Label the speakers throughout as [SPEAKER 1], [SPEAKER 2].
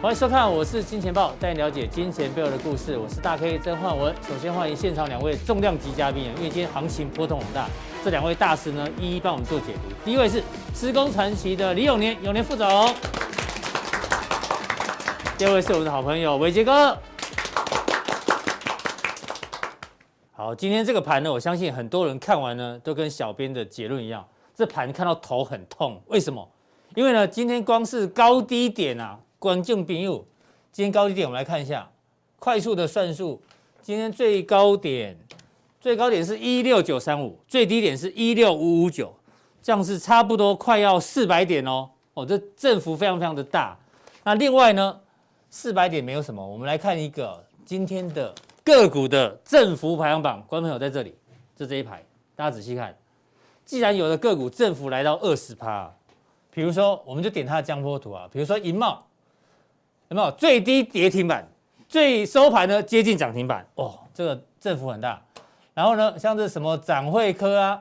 [SPEAKER 1] 欢迎收看，我是金钱豹，带你了解金钱背后的故事。我是大 K 曾焕文。首先欢迎现场两位重量级嘉宾，因为今天行情波动很大，这两位大师呢一一帮我们做解读。第一位是施工传奇的李永年，永年副总；第二位是我们的好朋友伟杰哥。好，今天这个盘呢，我相信很多人看完呢，都跟小编的结论一样，这盘看到头很痛。为什么？因为呢，今天光是高低点啊，观众朋友，今天高低点我们来看一下，快速的算数，今天最高点，最高点是一六九三五，最低点是一六五五九，这样是差不多快要四百点哦，哦，这振幅非常非常的大。那另外呢，四百点没有什么，我们来看一个今天的个股的振幅排行榜，观众朋友在这里，就这一排，大家仔细看，既然有的个股振幅来到二十趴。比如说，我们就点它的江波图啊，比如说银茂，有没有最低跌停板，最收盘呢接近涨停板，哦，这个振幅很大。然后呢，像是什么展会科啊，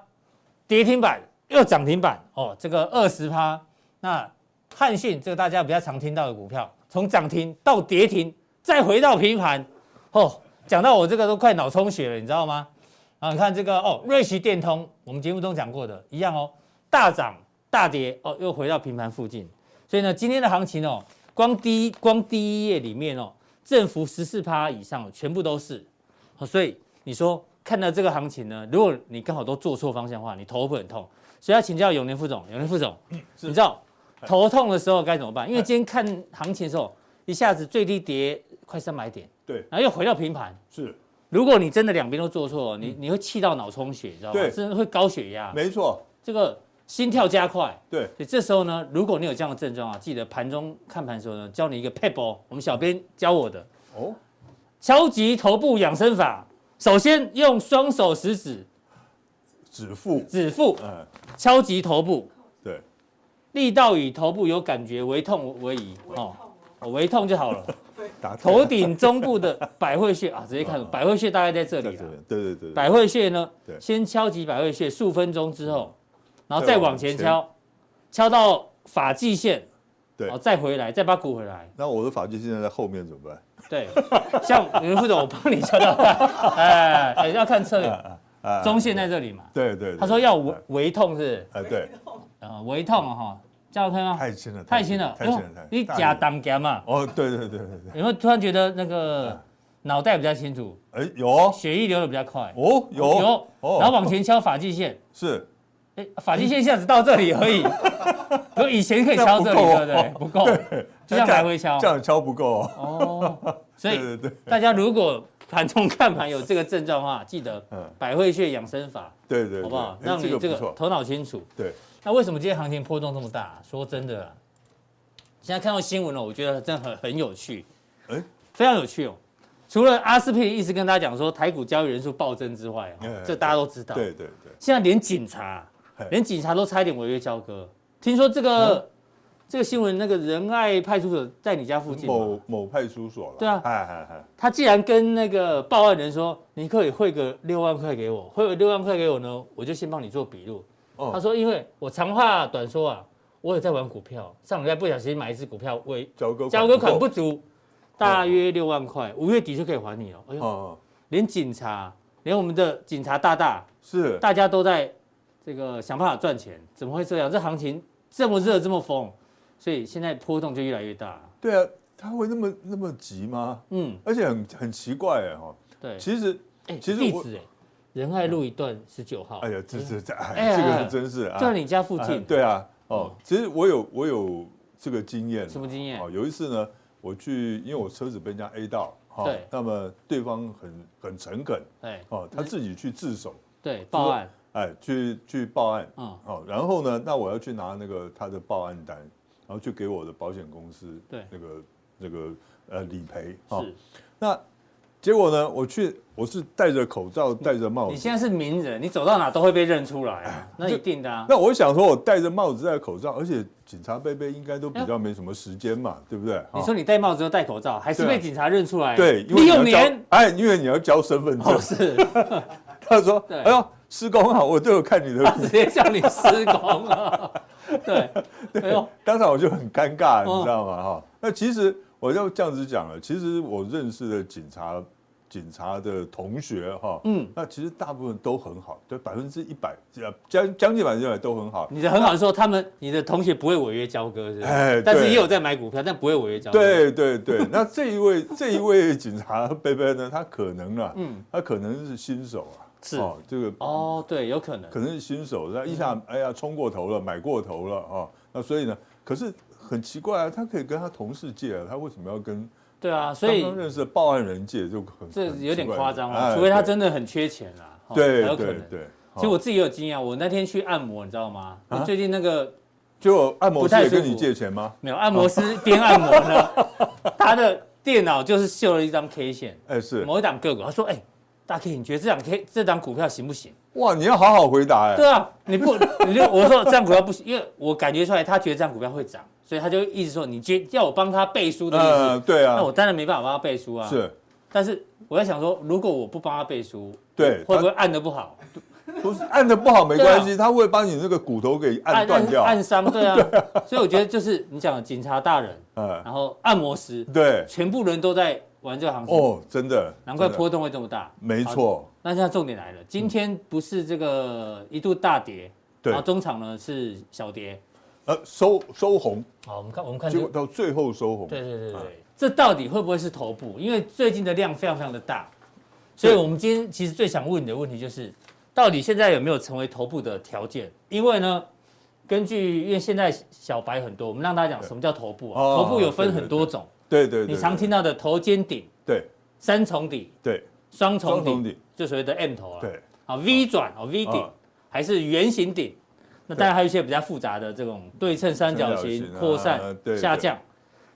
[SPEAKER 1] 跌停板又涨停板，哦，这个二十趴。那汉讯这个大家比较常听到的股票，从涨停到跌停，再回到平盘，哦，讲到我这个都快脑充血了，你知道吗？啊，你看这个哦，瑞奇电通，我们节目中讲过的，一样哦，大涨。大跌哦，又回到平盘附近，所以呢，今天的行情哦，光第一光第一页里面哦，振幅十四趴以上，全部都是，哦、所以你说看到这个行情呢，如果你刚好都做错方向的话，你头会很痛，所以要请教永年副总，永年副总，
[SPEAKER 2] 嗯
[SPEAKER 1] 你知道
[SPEAKER 2] 哎
[SPEAKER 1] 头痛的时候该怎么办？因为今天看行情的时候，一下子最低跌快三百点，
[SPEAKER 2] 对，
[SPEAKER 1] 然后又回到平盘，
[SPEAKER 2] 是。
[SPEAKER 1] 如果你真的两边都做错，你你会气到脑充血，你知道
[SPEAKER 2] 嗯
[SPEAKER 1] 吗？
[SPEAKER 2] 对
[SPEAKER 1] 真的会高血压，
[SPEAKER 2] 没错，
[SPEAKER 1] 这个。心跳加快，
[SPEAKER 2] 对，
[SPEAKER 1] 所以这时候呢，如果你有这样的症状啊，记得盘中看盘的时候呢，教你一个 p e b b l 我们小编教我的
[SPEAKER 2] 哦，
[SPEAKER 1] 敲击头部养生法。首先用双手食指
[SPEAKER 2] 指腹，
[SPEAKER 1] 指腹
[SPEAKER 2] 嗯，
[SPEAKER 1] 敲击头部，
[SPEAKER 2] 对，
[SPEAKER 1] 力道与头部有感觉为痛为宜哦，哦为痛就好 了。
[SPEAKER 2] 打
[SPEAKER 1] 头顶中部的百会穴啊，直接看百会穴大概在这
[SPEAKER 2] 在
[SPEAKER 1] 里
[SPEAKER 2] 这
[SPEAKER 1] 了。
[SPEAKER 2] 边，对对对，
[SPEAKER 1] 百会穴呢
[SPEAKER 2] 对，嗯
[SPEAKER 1] 先敲击百会穴数分钟之后，然后
[SPEAKER 2] 再
[SPEAKER 1] 再
[SPEAKER 2] 往
[SPEAKER 1] 往前
[SPEAKER 2] 前
[SPEAKER 1] 敲，敲到发际线，
[SPEAKER 2] 对
[SPEAKER 1] 哦，再回来，再把它鼓回来。
[SPEAKER 2] 那我的法律现在在后面怎么办？
[SPEAKER 1] 对，像你们副总，我帮你敲到，哎哎，要看侧面，
[SPEAKER 2] 啊
[SPEAKER 1] 中线在这里嘛。
[SPEAKER 2] 对对，对
[SPEAKER 1] 他说要微，微痛是不是，
[SPEAKER 2] 哎对，
[SPEAKER 1] 呃，微痛哦哈，这样 OK 吗？
[SPEAKER 2] 太轻了，
[SPEAKER 1] 太轻了，
[SPEAKER 2] 太轻
[SPEAKER 1] 哎呦
[SPEAKER 2] 了，太
[SPEAKER 1] 你假，当夹嘛，
[SPEAKER 2] 哦，对对对对对，
[SPEAKER 1] 你会突然觉得那
[SPEAKER 2] 嗯
[SPEAKER 1] 个脑袋比较清楚，
[SPEAKER 2] 哎有哦
[SPEAKER 1] 血液流的比较快。
[SPEAKER 2] 有
[SPEAKER 1] 有，
[SPEAKER 2] 哦
[SPEAKER 1] 然后往前敲发际线，
[SPEAKER 2] 是，
[SPEAKER 1] 哎，发际线一下子到这里 而已，我以前可以敲到这里，对不
[SPEAKER 2] 哦
[SPEAKER 1] 对？不够，就像来回敲
[SPEAKER 2] 这。样敲不够哦，
[SPEAKER 1] 哦，所以
[SPEAKER 2] 对对对
[SPEAKER 1] 大家如果盘中看盘有这个症状的话，记得
[SPEAKER 2] 嗯
[SPEAKER 1] 百会穴养生法，
[SPEAKER 2] 对对对，
[SPEAKER 1] 好不好？
[SPEAKER 2] 哎
[SPEAKER 1] 让你这
[SPEAKER 2] 不
[SPEAKER 1] 个
[SPEAKER 2] 错，
[SPEAKER 1] 头脑清楚。
[SPEAKER 2] 对，
[SPEAKER 1] 那为什么今天行情波动这么大？说真的啊，现在看到新闻了，我觉得真的很很有趣，
[SPEAKER 2] 哎
[SPEAKER 1] 非常有趣哦。除了阿司匹林一直跟大家讲说台股交易人数暴增之外，
[SPEAKER 2] 哎
[SPEAKER 1] 哦这大家都知道。
[SPEAKER 2] 对哎对对，
[SPEAKER 1] 现在连警察
[SPEAKER 2] 嘿，
[SPEAKER 1] 连警察都差一点违约交割。听说这
[SPEAKER 2] 嗯
[SPEAKER 1] 个这个新闻，那个仁爱派出所在你家附近嘛
[SPEAKER 2] 某某派出所哎了，
[SPEAKER 1] 对啊
[SPEAKER 2] 嗨嗨嗨，
[SPEAKER 1] 他竟然跟那个报案人说：“你可以汇个六万块给我，汇个六万块给我呢，我就先帮你做笔录。
[SPEAKER 2] 哦
[SPEAKER 1] 他说：“因为我长话短说啊，我有在玩股票，上礼拜不小心买一只股票，违
[SPEAKER 2] 交割
[SPEAKER 1] 交割款
[SPEAKER 2] 够
[SPEAKER 1] 不足，大约六万块，五月底就可以还你了。”哎呦，
[SPEAKER 2] 哦，
[SPEAKER 1] 连警察，连我们的警察大大，
[SPEAKER 2] 是，
[SPEAKER 1] 大家都在这个想办法赚钱，怎么会这样？这行情这么热，这么疯，所以现在波动就越来越大。
[SPEAKER 2] 对啊，他会那么那么急吗？
[SPEAKER 1] 嗯，
[SPEAKER 2] 而且很很奇怪哎哈，
[SPEAKER 1] 对。
[SPEAKER 2] 其实
[SPEAKER 1] 哎，
[SPEAKER 2] 其实
[SPEAKER 1] 地
[SPEAKER 2] 我
[SPEAKER 1] 址哎，仁爱路一段十九号，
[SPEAKER 2] 哎呀，这这这，
[SPEAKER 1] 哎
[SPEAKER 2] 哎，
[SPEAKER 1] 呀
[SPEAKER 2] 这个是真是啊，
[SPEAKER 1] 就在你家附
[SPEAKER 2] 哎
[SPEAKER 1] 近。嗯
[SPEAKER 2] 对啊，哦，其实我有我有这个经验，
[SPEAKER 1] 什么经验
[SPEAKER 2] 哦，有一次呢，我去，因为我车子被人家 A 到，哈
[SPEAKER 1] 对嗯
[SPEAKER 2] 那么对方很很诚恳，
[SPEAKER 1] 对
[SPEAKER 2] 哦，他自己去自首，
[SPEAKER 1] 哎对，报案
[SPEAKER 2] 哎，去去报案，
[SPEAKER 1] 啊，
[SPEAKER 2] 哦，然后呢，那我要去拿那个他的报案单，然后去给我的保险公司，
[SPEAKER 1] 对
[SPEAKER 2] 那个那个呃理赔，哦，
[SPEAKER 1] 是。
[SPEAKER 2] 那结果呢，我去，我是戴着口罩，戴着帽
[SPEAKER 1] 你
[SPEAKER 2] 子。
[SPEAKER 1] 现在是名人，你走到哪都会被认出来啊，那一定的啊。
[SPEAKER 2] 那我想说，我戴着帽子、戴着口罩，而且警察贝贝应该都比较没什么时间嘛，对不对？
[SPEAKER 1] 哎你
[SPEAKER 2] 哈
[SPEAKER 1] 说你戴帽子又戴口罩，还是
[SPEAKER 2] 对啊
[SPEAKER 1] 被警察认出来？
[SPEAKER 2] 对，因为
[SPEAKER 1] 李
[SPEAKER 2] 你要
[SPEAKER 1] 永
[SPEAKER 2] 交
[SPEAKER 1] 年，
[SPEAKER 2] 哎，因为你要交身份证
[SPEAKER 1] 哦。 是，
[SPEAKER 2] 他说：“
[SPEAKER 1] 对
[SPEAKER 2] 哎呦，施工啊，我都有看你
[SPEAKER 1] 他
[SPEAKER 2] 的。
[SPEAKER 1] 直接叫你施工啊了。对，哎呦，”
[SPEAKER 2] 当场我就很尴尬，
[SPEAKER 1] 哦
[SPEAKER 2] 你知道吗？哈，那其实我就这样子讲了。其实我认识的警察，警察的同学哈，嗯，那其实大部分都很好，对，百分之一百，呃将将近百分之一百都很好。
[SPEAKER 1] 你的很好的时候，他们你的同学不会违约交割，是吧？
[SPEAKER 2] 哎
[SPEAKER 1] 但是
[SPEAKER 2] 对
[SPEAKER 1] 也有在买股票，但不会违约交割。，
[SPEAKER 2] 对对对，那这一位这一位警察贝贝呢，他可能啊，
[SPEAKER 1] 嗯
[SPEAKER 2] 他可能是新手啊，
[SPEAKER 1] 是
[SPEAKER 2] 哦，这个
[SPEAKER 1] 哦，嗯对，有可能。
[SPEAKER 2] 可能是新手，他一下哎呀冲过头了，买过头了哦，那所以呢，可是很奇怪啊，他可以跟他同事借啊，他为什么要跟
[SPEAKER 1] 对啊，所
[SPEAKER 2] 刚
[SPEAKER 1] 以
[SPEAKER 2] 刚认识的报案人借就很
[SPEAKER 1] 这有点夸张
[SPEAKER 2] 啊，
[SPEAKER 1] 了，除非他
[SPEAKER 2] 对
[SPEAKER 1] 真的很缺钱啦，哦
[SPEAKER 2] 对
[SPEAKER 1] 才有可
[SPEAKER 2] 对哦
[SPEAKER 1] 能。
[SPEAKER 2] 对，
[SPEAKER 1] 其实我自己也有经验，啊我那天去按摩，你知道吗？
[SPEAKER 2] 啊
[SPEAKER 1] 我最近那个
[SPEAKER 2] 哦就按摩
[SPEAKER 1] 不
[SPEAKER 2] 师
[SPEAKER 1] 太
[SPEAKER 2] 也跟
[SPEAKER 1] 舒
[SPEAKER 2] 你
[SPEAKER 1] 服
[SPEAKER 2] 借钱吗？
[SPEAKER 1] 没有按摩师
[SPEAKER 2] 哦
[SPEAKER 1] 边按摩 呢，他的电脑就是秀了一张 K 线，
[SPEAKER 2] 哎，是
[SPEAKER 1] 某一档个股，他说：“哎，大 K，你觉得这档 K 这档股票行不行
[SPEAKER 2] 哇，你要好好回答？”哎，
[SPEAKER 1] 对啊，你不，你就我说这档股票不行，因为我感觉出来他觉得这档股票会涨，所以他就一直说你觉要我帮他背书的意
[SPEAKER 2] 呃，
[SPEAKER 1] 思，
[SPEAKER 2] 对
[SPEAKER 1] 那我
[SPEAKER 2] 啊，
[SPEAKER 1] 当然没办法帮他背书 啊。，
[SPEAKER 2] 是，
[SPEAKER 1] 但是我在想说，如果我不帮他背书，
[SPEAKER 2] 对
[SPEAKER 1] 会不会按的不好？
[SPEAKER 2] 不是按的不好没
[SPEAKER 1] 对啊
[SPEAKER 2] 关系，他会把你那个骨头给按
[SPEAKER 1] 按
[SPEAKER 2] 断掉，
[SPEAKER 1] 按伤， 对啊。所以我觉得就是你讲的警察大人，
[SPEAKER 2] 嗯，
[SPEAKER 1] 然后按摩师，
[SPEAKER 2] 对，
[SPEAKER 1] 全部人都在玩这个行情，
[SPEAKER 2] 哦，真的，
[SPEAKER 1] 难怪
[SPEAKER 2] 真的
[SPEAKER 1] 波动会这么大。
[SPEAKER 2] 没
[SPEAKER 1] 好
[SPEAKER 2] 错，
[SPEAKER 1] 那现在重点来了，今天不是这个一度大跌，
[SPEAKER 2] 对
[SPEAKER 1] 然后中场呢是小跌。
[SPEAKER 2] 呃，收收红，
[SPEAKER 1] 好，我们看我们看
[SPEAKER 2] 结
[SPEAKER 1] 这
[SPEAKER 2] 果啊
[SPEAKER 1] 个，
[SPEAKER 2] 到最后收红，
[SPEAKER 1] 对对对对，这到底会不会是头部？因为最近的量非常非常的大，所以我们今天其实最想问你的问题就是，到底现在有没有成为头部的条件？因为呢，根据因为现在小白很多，我们让大家讲
[SPEAKER 2] 对
[SPEAKER 1] 什么叫头部啊？
[SPEAKER 2] 哦
[SPEAKER 1] 头部有分
[SPEAKER 2] 对对
[SPEAKER 1] 很多种，
[SPEAKER 2] 对对对，
[SPEAKER 1] 你常听
[SPEAKER 2] 到，
[SPEAKER 1] 到的头肩顶、
[SPEAKER 2] 对
[SPEAKER 1] 三重底、
[SPEAKER 2] 对，
[SPEAKER 1] 双重
[SPEAKER 2] 双重
[SPEAKER 1] 顶，
[SPEAKER 2] 顶，
[SPEAKER 1] 就所谓的 M 头啊。
[SPEAKER 2] 对，
[SPEAKER 1] 啊，V 转哦，V 顶
[SPEAKER 2] 啊
[SPEAKER 1] 还是圆形顶，那
[SPEAKER 2] 对
[SPEAKER 1] 当然还有一些比较复杂的这种对称三角形
[SPEAKER 2] 三角形啊
[SPEAKER 1] 扩散
[SPEAKER 2] 对对
[SPEAKER 1] 下降，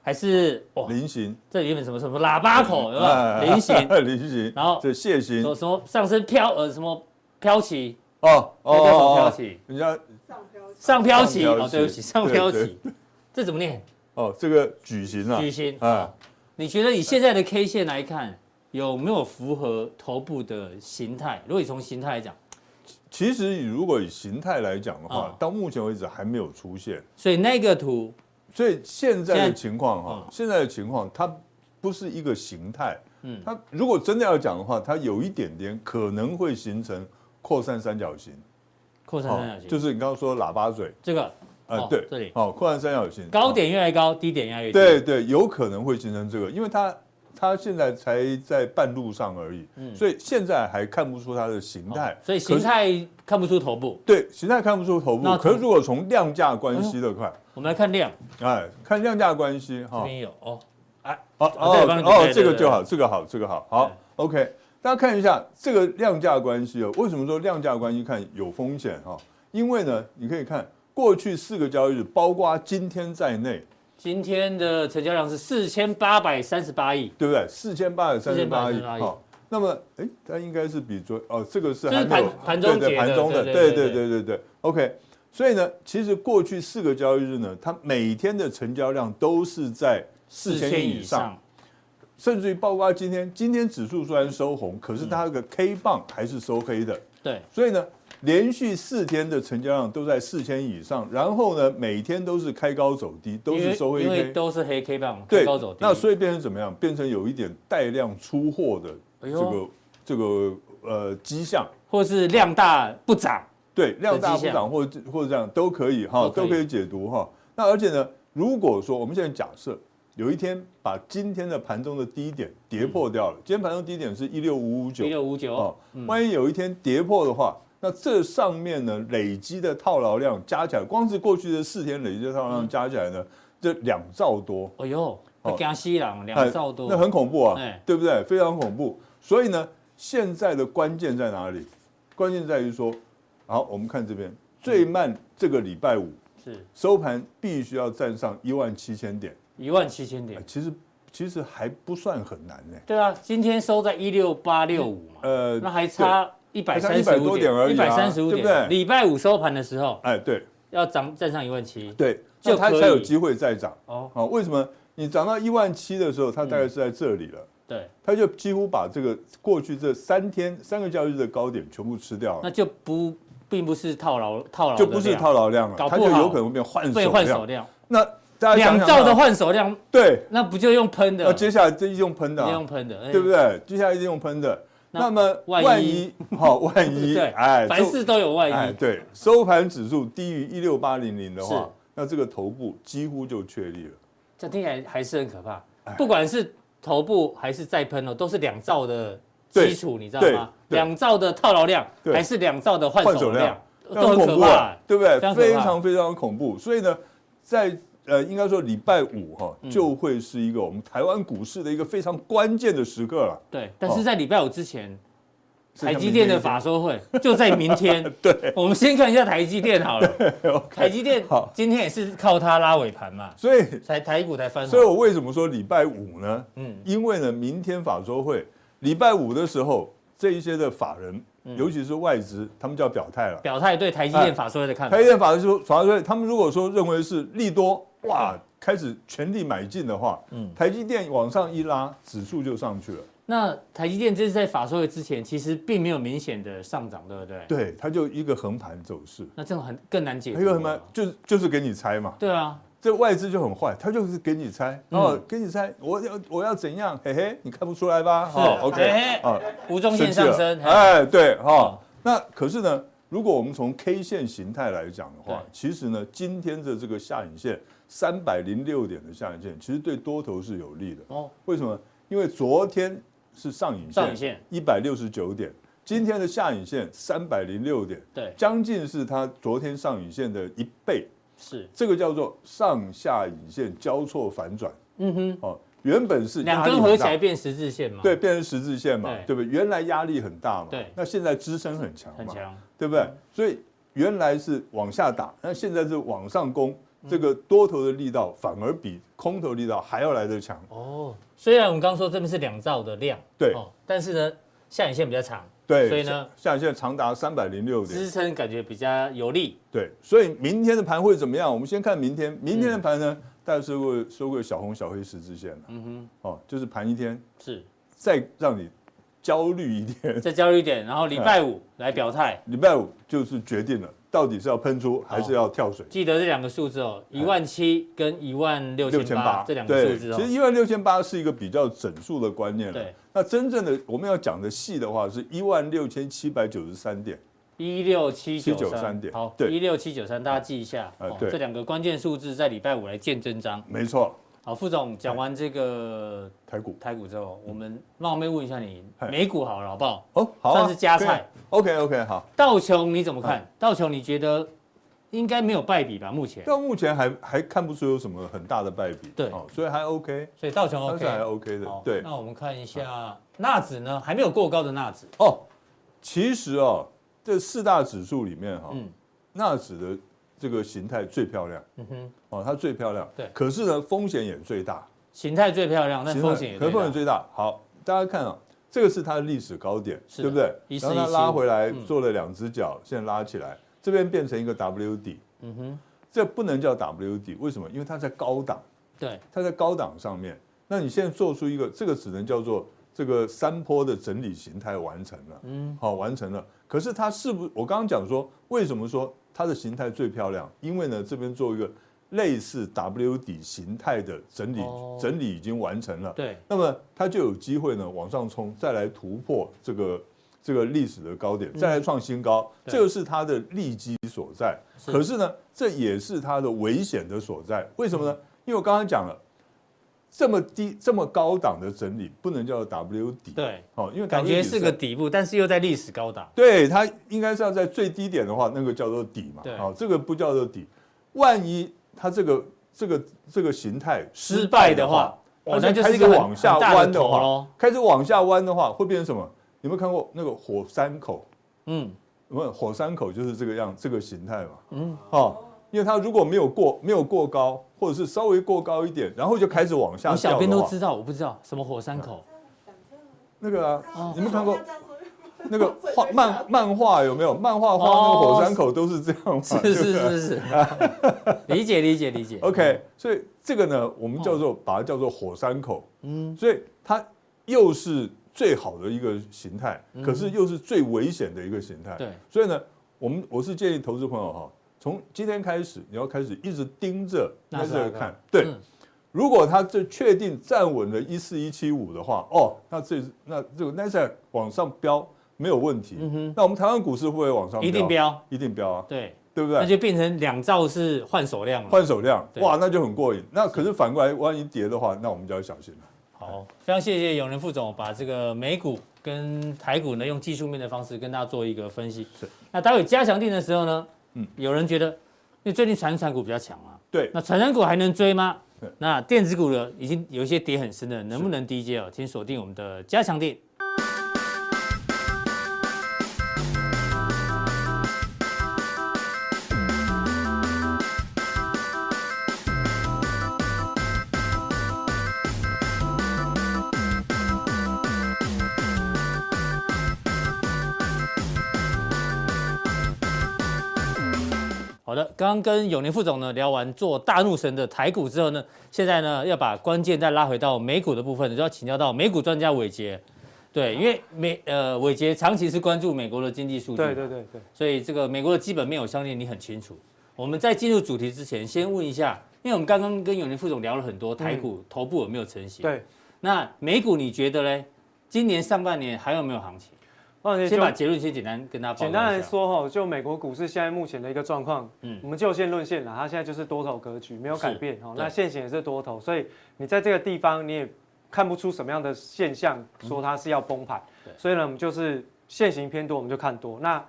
[SPEAKER 1] 还是哦，
[SPEAKER 2] 菱形，
[SPEAKER 1] 这里面什么什么喇叭哦口有没
[SPEAKER 2] 哎
[SPEAKER 1] 有菱形，什
[SPEAKER 2] 菱形，
[SPEAKER 1] 然后
[SPEAKER 2] 这楔形，
[SPEAKER 1] 么什么上升飘呃什么飘旗，
[SPEAKER 2] 哦哦
[SPEAKER 1] 那叫什么飘
[SPEAKER 2] 哦，
[SPEAKER 1] 旗？
[SPEAKER 2] 人家
[SPEAKER 3] 上标上
[SPEAKER 1] 上飘旗
[SPEAKER 2] 上飘
[SPEAKER 1] 哦，
[SPEAKER 2] 旗
[SPEAKER 1] 对不起，上
[SPEAKER 2] 对
[SPEAKER 1] 飘
[SPEAKER 2] 对
[SPEAKER 1] 旗，这怎么念？
[SPEAKER 2] 哦，这个矩形啊，
[SPEAKER 1] 矩形
[SPEAKER 2] 啊，
[SPEAKER 1] 你觉得以现在的 K 线来看，有没有符合头部的形态？如果你从形态来讲，
[SPEAKER 2] 其实如果以形态来讲的
[SPEAKER 1] 嗯
[SPEAKER 2] 话，到目前为止还没有出现，
[SPEAKER 1] 所以那个图
[SPEAKER 2] 所以现在
[SPEAKER 1] 现在
[SPEAKER 2] 的情况哈
[SPEAKER 1] 嗯，
[SPEAKER 2] 现在的情况它不是一个形态，
[SPEAKER 1] 嗯
[SPEAKER 2] 嗯，它如果真的要讲的话，它有一点点可能会形成扩散三角形，
[SPEAKER 1] 扩散三角形，
[SPEAKER 2] 哦就是是你刚刚说喇叭嘴，
[SPEAKER 1] 这个
[SPEAKER 2] 啊
[SPEAKER 1] 哦，
[SPEAKER 2] 对，
[SPEAKER 1] 这里
[SPEAKER 2] 哦，扩散三角形，
[SPEAKER 1] 高
[SPEAKER 2] 哦
[SPEAKER 1] 点越来越高，低点越来越低。
[SPEAKER 2] 对对，有可能会形成这个，因为它它现在才在半路上而已，
[SPEAKER 1] 嗯哦
[SPEAKER 2] 所以现在还看不出它的形态，
[SPEAKER 1] 所以形
[SPEAKER 2] 可是
[SPEAKER 1] 态看不出头部。
[SPEAKER 2] 对形态看不出头
[SPEAKER 1] 那
[SPEAKER 2] 部。
[SPEAKER 1] 从
[SPEAKER 2] 可是如果从量价关系的看，
[SPEAKER 1] 我们来看量，
[SPEAKER 2] 哎，看量价关系
[SPEAKER 1] 这
[SPEAKER 2] 哈，
[SPEAKER 1] 边有哦，
[SPEAKER 2] 哦
[SPEAKER 1] 哦这个帮你对对
[SPEAKER 2] 这个
[SPEAKER 1] 对
[SPEAKER 2] 就好，这个好，这个好，好
[SPEAKER 1] 对
[SPEAKER 2] ，OK。大家看一下这个量价关系哦，为什么说量价关系看有风险哈？因为呢，你可以看过去四个交易日，包括今天在内，
[SPEAKER 1] 今天的成交量是四千八百三十八亿，
[SPEAKER 2] 对不对？四千八百三十八亿
[SPEAKER 1] 4838，亿
[SPEAKER 2] 好，那么哎，它应该是比昨哦，这个是
[SPEAKER 1] 这是
[SPEAKER 2] 还没有
[SPEAKER 1] 盘盘中
[SPEAKER 2] 对对
[SPEAKER 1] 结的
[SPEAKER 2] 盘中的，对
[SPEAKER 1] 对
[SPEAKER 2] 对
[SPEAKER 1] 对对
[SPEAKER 2] 对对对对，OK。所以呢，其实过去四个交易日呢，它每天的成交量都是在四千亿以上，，甚至于包括今天，今天指数虽然收红，可是它那个 K 棒还是收黑的，
[SPEAKER 1] 对，
[SPEAKER 2] 所以呢，连续四天的成交量都在四千以上，然后呢，每天都是开高走低，都
[SPEAKER 1] 因
[SPEAKER 2] 是
[SPEAKER 1] 为
[SPEAKER 2] 收黑
[SPEAKER 1] 因为
[SPEAKER 2] K。
[SPEAKER 1] 都是黑 K 棒，
[SPEAKER 2] 对
[SPEAKER 1] 开高走低，，
[SPEAKER 2] 那所以变成怎么样？变成有一点带量出货的这
[SPEAKER 1] 哎呦
[SPEAKER 2] 个、这个呃迹象。
[SPEAKER 1] 或是量大不涨，
[SPEAKER 2] 对，量大
[SPEAKER 1] 迹
[SPEAKER 2] 不
[SPEAKER 1] 象
[SPEAKER 2] 涨或或者这样都可以
[SPEAKER 1] 都
[SPEAKER 2] 哈，
[SPEAKER 1] 可以
[SPEAKER 2] 都可以解读哈。那而且呢，如果说我们现在假设有一天把今天的盘中的低点跌破掉了，今天盘中低点是一六五五
[SPEAKER 1] 嗯一
[SPEAKER 2] 九
[SPEAKER 1] 六五
[SPEAKER 2] 哦
[SPEAKER 1] 九，，嗯
[SPEAKER 2] 万一有一天跌破的话，那这上面呢累积的套牢量加起来，光是过去的四天累积的套
[SPEAKER 1] 嗯
[SPEAKER 2] 牢量加起来呢，这两兆多。
[SPEAKER 1] 哎呦，
[SPEAKER 2] 哦
[SPEAKER 1] 惊死人，
[SPEAKER 2] 哎
[SPEAKER 1] 两兆多，
[SPEAKER 2] 那很恐怖啊
[SPEAKER 1] 哎，
[SPEAKER 2] 对不对？非常恐怖。所以呢，现在的关键在哪里？关键在于说，好，我们看这边，最慢这个礼拜五
[SPEAKER 1] 是
[SPEAKER 2] 收盘必须要站上一万七千点，
[SPEAKER 1] 一万七千
[SPEAKER 2] 哎
[SPEAKER 1] 点，
[SPEAKER 2] 其实其实还不算很难呢、
[SPEAKER 1] 对啊，今天收在一六八六五嘛，
[SPEAKER 2] 呃，
[SPEAKER 1] 那还差一百
[SPEAKER 2] 还差
[SPEAKER 1] 三十
[SPEAKER 2] 100
[SPEAKER 1] 五
[SPEAKER 2] 多点而
[SPEAKER 1] 一
[SPEAKER 2] 已啊
[SPEAKER 1] 百三十五
[SPEAKER 2] 对不对
[SPEAKER 1] 点，礼拜五收盘的时候
[SPEAKER 2] 哎，对
[SPEAKER 1] 要涨站上一万七，
[SPEAKER 2] 对，
[SPEAKER 1] 就
[SPEAKER 2] 那它
[SPEAKER 1] 可以
[SPEAKER 2] 才有机会再涨。
[SPEAKER 1] 哦，
[SPEAKER 2] 好，为什么？你涨到一万七的时候，它大概是在这里了，
[SPEAKER 1] 对，
[SPEAKER 2] 它就几乎把这个过去这三天三个交易日的高点全部吃掉了
[SPEAKER 1] 那。就不并不是套牢套牢的
[SPEAKER 2] 就
[SPEAKER 1] 量，
[SPEAKER 2] 不是套牢量了
[SPEAKER 1] 搞，不
[SPEAKER 2] 它就
[SPEAKER 1] 好
[SPEAKER 2] 有可能会变换手
[SPEAKER 1] 被
[SPEAKER 2] 量。
[SPEAKER 1] 换手量，
[SPEAKER 2] 那大家想
[SPEAKER 1] 两
[SPEAKER 2] 想
[SPEAKER 1] 兆
[SPEAKER 2] 看
[SPEAKER 1] 的换手量，
[SPEAKER 2] 对，
[SPEAKER 1] 那不就用喷的
[SPEAKER 2] 那？接下来这一定用喷的啊、
[SPEAKER 1] 用喷的，哎
[SPEAKER 2] 对不？对？接下来一定用喷的。
[SPEAKER 1] 那
[SPEAKER 2] 那么
[SPEAKER 1] 万
[SPEAKER 2] 万
[SPEAKER 1] 一
[SPEAKER 2] 一 好，万一
[SPEAKER 1] 对，
[SPEAKER 2] 哎，
[SPEAKER 1] 凡事都有万
[SPEAKER 2] 哎
[SPEAKER 1] 一。
[SPEAKER 2] 对，收盘指数低于一六八零零的
[SPEAKER 1] 是
[SPEAKER 2] 话，那这个头部几乎就确立了。
[SPEAKER 1] 这听起来还是很可怕。
[SPEAKER 2] 哎
[SPEAKER 1] 不管是头部还是再喷哦，都是两兆的基础，你知道
[SPEAKER 2] 对
[SPEAKER 1] 吗？
[SPEAKER 2] 对
[SPEAKER 1] 两兆的套牢量，
[SPEAKER 2] 对
[SPEAKER 1] 还是两兆的换
[SPEAKER 2] 换
[SPEAKER 1] 手
[SPEAKER 2] 手量
[SPEAKER 1] 量，
[SPEAKER 2] 非常
[SPEAKER 1] 都很可
[SPEAKER 2] 恐怖
[SPEAKER 1] 怕
[SPEAKER 2] 啊。，对不对
[SPEAKER 1] 非常？可怕
[SPEAKER 2] 非常非常恐怖。所以呢，在呃，应该说礼拜五哈、
[SPEAKER 1] 嗯
[SPEAKER 2] 就会是一个我们台湾股市的一个非常关键的时刻了。
[SPEAKER 1] 对，但是在礼拜五之前，
[SPEAKER 2] 哦是
[SPEAKER 1] 台
[SPEAKER 2] 像
[SPEAKER 1] 积
[SPEAKER 2] 明天
[SPEAKER 1] 电的
[SPEAKER 2] 一样
[SPEAKER 1] 法说会就在明 天。对，我们先看一下台积电好了。台积电
[SPEAKER 2] 好
[SPEAKER 1] 今天也是靠它拉尾盘嘛，
[SPEAKER 2] 所以，
[SPEAKER 1] 才台股才翻
[SPEAKER 2] 所以
[SPEAKER 1] 红。
[SPEAKER 2] 我为什么说礼拜五呢？
[SPEAKER 1] 嗯
[SPEAKER 2] 嗯，因为呢，明天法周会，礼拜五的时候，这一些的法人，尤其是外资，他们就要表态了。
[SPEAKER 1] 嗯表态对台积电法说会的看法
[SPEAKER 2] 哎台积。电法说法说，他们如果说认为是利多，哇，开始全力买进的话，
[SPEAKER 1] 嗯
[SPEAKER 2] 台积电往上一拉，指数就上去了。
[SPEAKER 1] 那台积电这次在法说会之前，其实并没有明显的上涨，对不对？。
[SPEAKER 2] 对，哎它就一个横盘走势，
[SPEAKER 1] 那这种很更难解读
[SPEAKER 2] 还
[SPEAKER 1] 了。
[SPEAKER 2] 有什么？就是就是给你猜嘛，
[SPEAKER 1] 对啊，
[SPEAKER 2] 这外资就很坏，他就是给你猜，
[SPEAKER 1] 嗯
[SPEAKER 2] 哦，给你猜，我要我要怎样，嘿嘿，你看不出来吧？哦
[SPEAKER 1] 是
[SPEAKER 2] ，OK，
[SPEAKER 1] 哎
[SPEAKER 2] 啊，
[SPEAKER 1] 无中
[SPEAKER 2] 生
[SPEAKER 1] 线
[SPEAKER 2] 气
[SPEAKER 1] 上
[SPEAKER 2] 了
[SPEAKER 1] 升，哎，
[SPEAKER 2] 哎，对哈。那可是呢，如果我们从 K 线形态来讲的话
[SPEAKER 1] 对，
[SPEAKER 2] 其实呢，今天的这个下影线三百零六点的下影线，其实对多头是有利的。
[SPEAKER 1] 哦，
[SPEAKER 2] 为什么？因为昨天是上影
[SPEAKER 1] 上影
[SPEAKER 2] 线
[SPEAKER 1] 线
[SPEAKER 2] 一百六十九点，今天的下影线三百零六点，
[SPEAKER 1] 对，
[SPEAKER 2] 将近是它昨天上影线的一倍。
[SPEAKER 1] 是，
[SPEAKER 2] 这个叫做上下影线交错反转
[SPEAKER 1] 嗯哼，
[SPEAKER 2] 哦，原本是
[SPEAKER 1] 两
[SPEAKER 2] 压力
[SPEAKER 1] 根
[SPEAKER 2] 很
[SPEAKER 1] 合起
[SPEAKER 2] 大
[SPEAKER 1] 来变十字线嘛，
[SPEAKER 2] 对，，变成十字线嘛，
[SPEAKER 1] 啊对
[SPEAKER 2] 对不对？原来压力很大嘛，
[SPEAKER 1] 对
[SPEAKER 2] 那现在支撑很强
[SPEAKER 1] 很
[SPEAKER 2] 嘛，
[SPEAKER 1] 强，嗯
[SPEAKER 2] 对不对？所以原来是往下打，那现在是往上攻，
[SPEAKER 1] 嗯
[SPEAKER 2] 这个多头的力道反而比空头力道还要来得强。
[SPEAKER 1] 哦，虽然我们刚说这边是两兆的量，
[SPEAKER 2] 对
[SPEAKER 1] 哦，但是呢，下影线比较长，
[SPEAKER 2] 对，
[SPEAKER 1] 所以呢，
[SPEAKER 2] 下下影线长达三百零六点，
[SPEAKER 1] 支撑感觉比较有力，
[SPEAKER 2] 对，所以明天的盘会怎么样？我们先看明天，明天的盘呢，大概收过收过小红、小黑十字线了，
[SPEAKER 1] 嗯
[SPEAKER 2] 哦，就是盘一天，
[SPEAKER 1] 哼，是，
[SPEAKER 2] 再让你焦虑一点。
[SPEAKER 1] 再焦虑一点，然后礼拜五来表态，
[SPEAKER 2] 礼拜五就是决定了，到底是要喷出还
[SPEAKER 1] 哦
[SPEAKER 2] 是要跳水。
[SPEAKER 1] 记得这两个数字哦，一万七跟一万六
[SPEAKER 2] 哎六
[SPEAKER 1] 千
[SPEAKER 2] 千
[SPEAKER 1] 八
[SPEAKER 2] 八
[SPEAKER 1] 这两个数字
[SPEAKER 2] 其实
[SPEAKER 1] 哦，
[SPEAKER 2] 一万六千八是一个比较整数的观念了
[SPEAKER 1] 对。
[SPEAKER 2] 那真正的我们要讲的细的话是一万六千七百九十三点，
[SPEAKER 1] 一六七九三
[SPEAKER 2] 793点
[SPEAKER 1] 好，
[SPEAKER 2] 对
[SPEAKER 1] 一六七九三，大家记一下，
[SPEAKER 2] 呃
[SPEAKER 1] 哦
[SPEAKER 2] 对
[SPEAKER 1] 这两个关键数字在礼拜五来见真章。
[SPEAKER 2] 没错，
[SPEAKER 1] 好，副
[SPEAKER 2] 哎
[SPEAKER 1] 总讲完这个
[SPEAKER 2] 台股。
[SPEAKER 1] 台股之后，
[SPEAKER 2] 嗯
[SPEAKER 1] 我们冒昧问一下你，
[SPEAKER 2] 嗨
[SPEAKER 1] 美股好了好不好？
[SPEAKER 2] 哦，好、啊，
[SPEAKER 1] 算是加菜。
[SPEAKER 2] OK OK，好，
[SPEAKER 1] 道琼你怎么
[SPEAKER 2] 哎
[SPEAKER 1] 看？道琼你觉得应该没有败笔吧？目前，
[SPEAKER 2] 到目前还还看不出有什么很大的败笔，
[SPEAKER 1] 对
[SPEAKER 2] 哦，所以还 OK，
[SPEAKER 1] 所以道琼
[SPEAKER 2] 但
[SPEAKER 1] OK，
[SPEAKER 2] 是还 OK 的
[SPEAKER 1] 好，
[SPEAKER 2] 对。
[SPEAKER 1] 那我们看一下纳指呢，还没有过高的纳指，
[SPEAKER 2] 哦，其实哦，这四大指数里面哈、
[SPEAKER 1] 嗯
[SPEAKER 2] 纳指的这个形态最漂亮，
[SPEAKER 1] 嗯哼，
[SPEAKER 2] 哦，它最漂亮，
[SPEAKER 1] 对
[SPEAKER 2] 可是呢，风险也最大。
[SPEAKER 1] 形态最漂亮，但风险也
[SPEAKER 2] 可
[SPEAKER 1] 最
[SPEAKER 2] 是风险
[SPEAKER 1] 大。
[SPEAKER 2] 最大。好，大家看啊，这个是它的历史高点，
[SPEAKER 1] 是的
[SPEAKER 2] 对不对？
[SPEAKER 1] 14
[SPEAKER 2] 然后它拉回来
[SPEAKER 1] 嗯，
[SPEAKER 2] 做了两只脚，现在拉起来，这边变成一个 W 底，
[SPEAKER 1] 嗯哼，
[SPEAKER 2] 这不能叫 W 底，为什么？因为它在高档，
[SPEAKER 1] 对，
[SPEAKER 2] 它在高档上面。那你现在做出一个，这个只能叫做这个山坡的整理形态完成了，
[SPEAKER 1] 嗯，
[SPEAKER 2] 好、完成了。可是它是不？我刚刚讲说，为什么说它的形态最漂亮？因为呢，这边做一个类似 W 底形态的整理，
[SPEAKER 1] 哦
[SPEAKER 2] 整理已经完成了。
[SPEAKER 1] 对，
[SPEAKER 2] 那么它就有机会呢往上冲，再来突破这个这个历史的高点，再来创新高，
[SPEAKER 1] 嗯对
[SPEAKER 2] 这个是它的利基所在。
[SPEAKER 1] 是
[SPEAKER 2] 可是呢，这也是它的危险的所在。为什么
[SPEAKER 1] 嗯
[SPEAKER 2] 呢？因为我刚刚讲了，这么低、这么高档的整理不能叫 W 底，
[SPEAKER 1] 对，
[SPEAKER 2] 哦，因为 W
[SPEAKER 1] 感觉
[SPEAKER 2] 底
[SPEAKER 1] 是个底部，但是又在历史高档。
[SPEAKER 2] 对，它应该是要在最低点的话，那个叫做底嘛
[SPEAKER 1] 对。
[SPEAKER 2] 好、这个不叫做底。万一它这个这个这个形态
[SPEAKER 1] 失败的话，哦
[SPEAKER 2] 而
[SPEAKER 1] 那
[SPEAKER 2] 且
[SPEAKER 1] 就是
[SPEAKER 2] 开
[SPEAKER 1] 一
[SPEAKER 2] 始
[SPEAKER 1] 个很
[SPEAKER 2] 往下
[SPEAKER 1] 很大的
[SPEAKER 2] 弯的
[SPEAKER 1] 头
[SPEAKER 2] 话
[SPEAKER 1] 咯，
[SPEAKER 2] 开始往下弯的话，会变成什么？你有没有看过那个火山口？
[SPEAKER 1] 嗯，
[SPEAKER 2] 有没有火山口就是这个样，这个形态嘛。
[SPEAKER 1] 嗯
[SPEAKER 2] 嗯，哦，因为它如果没有过没有过高，或者是稍微过高一点，然后就开始往
[SPEAKER 1] 我
[SPEAKER 2] 下
[SPEAKER 1] 小
[SPEAKER 2] 掉
[SPEAKER 1] 编
[SPEAKER 2] 的
[SPEAKER 1] 都
[SPEAKER 2] 话，
[SPEAKER 1] 知道，我不知道什么火山 口，
[SPEAKER 2] 那个
[SPEAKER 1] 哦
[SPEAKER 2] 啊，你们看过那
[SPEAKER 3] 那
[SPEAKER 2] 个画漫漫画有没有？漫画画那个火山口都是这样嘛，
[SPEAKER 1] 啊是啊
[SPEAKER 2] 对不对
[SPEAKER 1] 是是是， 理解理解理 解。
[SPEAKER 2] OK，所以这个呢，我们叫做把它叫做火山口，
[SPEAKER 1] 嗯，
[SPEAKER 2] 所以它又是最好的一个形
[SPEAKER 1] 嗯
[SPEAKER 2] 态，可是又是最危险的一个形态。
[SPEAKER 1] 对，
[SPEAKER 2] 所以呢，我们我是建议投资朋友哈，从今天开始，你要开始一直盯着纳
[SPEAKER 1] 纳斯
[SPEAKER 2] 斯
[SPEAKER 1] 达
[SPEAKER 2] 达
[SPEAKER 1] 克
[SPEAKER 2] 克看。对，
[SPEAKER 1] 嗯
[SPEAKER 2] 如果它这确定站稳了一四一七五的话，哦，那这那这个 NASDAQ 往上飙没有问题。那我们台湾股市会不会往上？
[SPEAKER 1] 嗯一定，标，
[SPEAKER 2] 一定飙啊，
[SPEAKER 1] 对，
[SPEAKER 2] 对不
[SPEAKER 1] 那
[SPEAKER 2] 对？
[SPEAKER 1] 就变成两兆是换手量了。
[SPEAKER 2] 换手量，
[SPEAKER 1] 对
[SPEAKER 2] 哇，那就很过瘾。那可是反过来，万一跌的话，那我们就要小心了。
[SPEAKER 1] 好，非常谢谢永仁副总把这个美股跟台股呢，用技术面的方式跟大家做一个分析。
[SPEAKER 2] 是。
[SPEAKER 1] 那待会加强定的时候呢，
[SPEAKER 2] 嗯
[SPEAKER 1] 嗯，有人觉得，因为最近传产股比较强啊，
[SPEAKER 2] 对，
[SPEAKER 1] 那传产股还能追吗
[SPEAKER 2] 对？
[SPEAKER 1] 那电子股呢，已经有一些跌很深的，能不能低接哦？请锁定我们的加强定。好的，刚刚跟永年副总呢聊完做大怒神的台股之后呢，现在呢要把关键再拉回到美股的部分，就要请教到美股专家伟杰。对，因为美呃伟杰长期是关注美国的经济数据，
[SPEAKER 3] 对对对对，
[SPEAKER 1] 所以这个美国的基本面，我相信你很清楚。我们在进入主题之前，先问一下，因为我们刚刚跟永年副总聊了很多台股头部有没有成型？
[SPEAKER 3] 对，
[SPEAKER 1] 那美股你觉得嘞？今年上半年还有没有行情？
[SPEAKER 3] 那就
[SPEAKER 1] 先把结论先简单跟大家报告
[SPEAKER 3] 简
[SPEAKER 1] 一下
[SPEAKER 3] 单来，说哈，就美国股市现在目前的一个状况，
[SPEAKER 1] 嗯
[SPEAKER 3] 嗯，我们就线论线啦，它现在就是多头格局，没有改
[SPEAKER 1] 是
[SPEAKER 3] 变哈。
[SPEAKER 1] 对
[SPEAKER 3] 那现行也是多头，所以你在这个地方你也看不出什么样的现象，说它是要崩盘
[SPEAKER 1] 嗯对。
[SPEAKER 3] 所以呢，我们就是现行偏多，我们就看多。那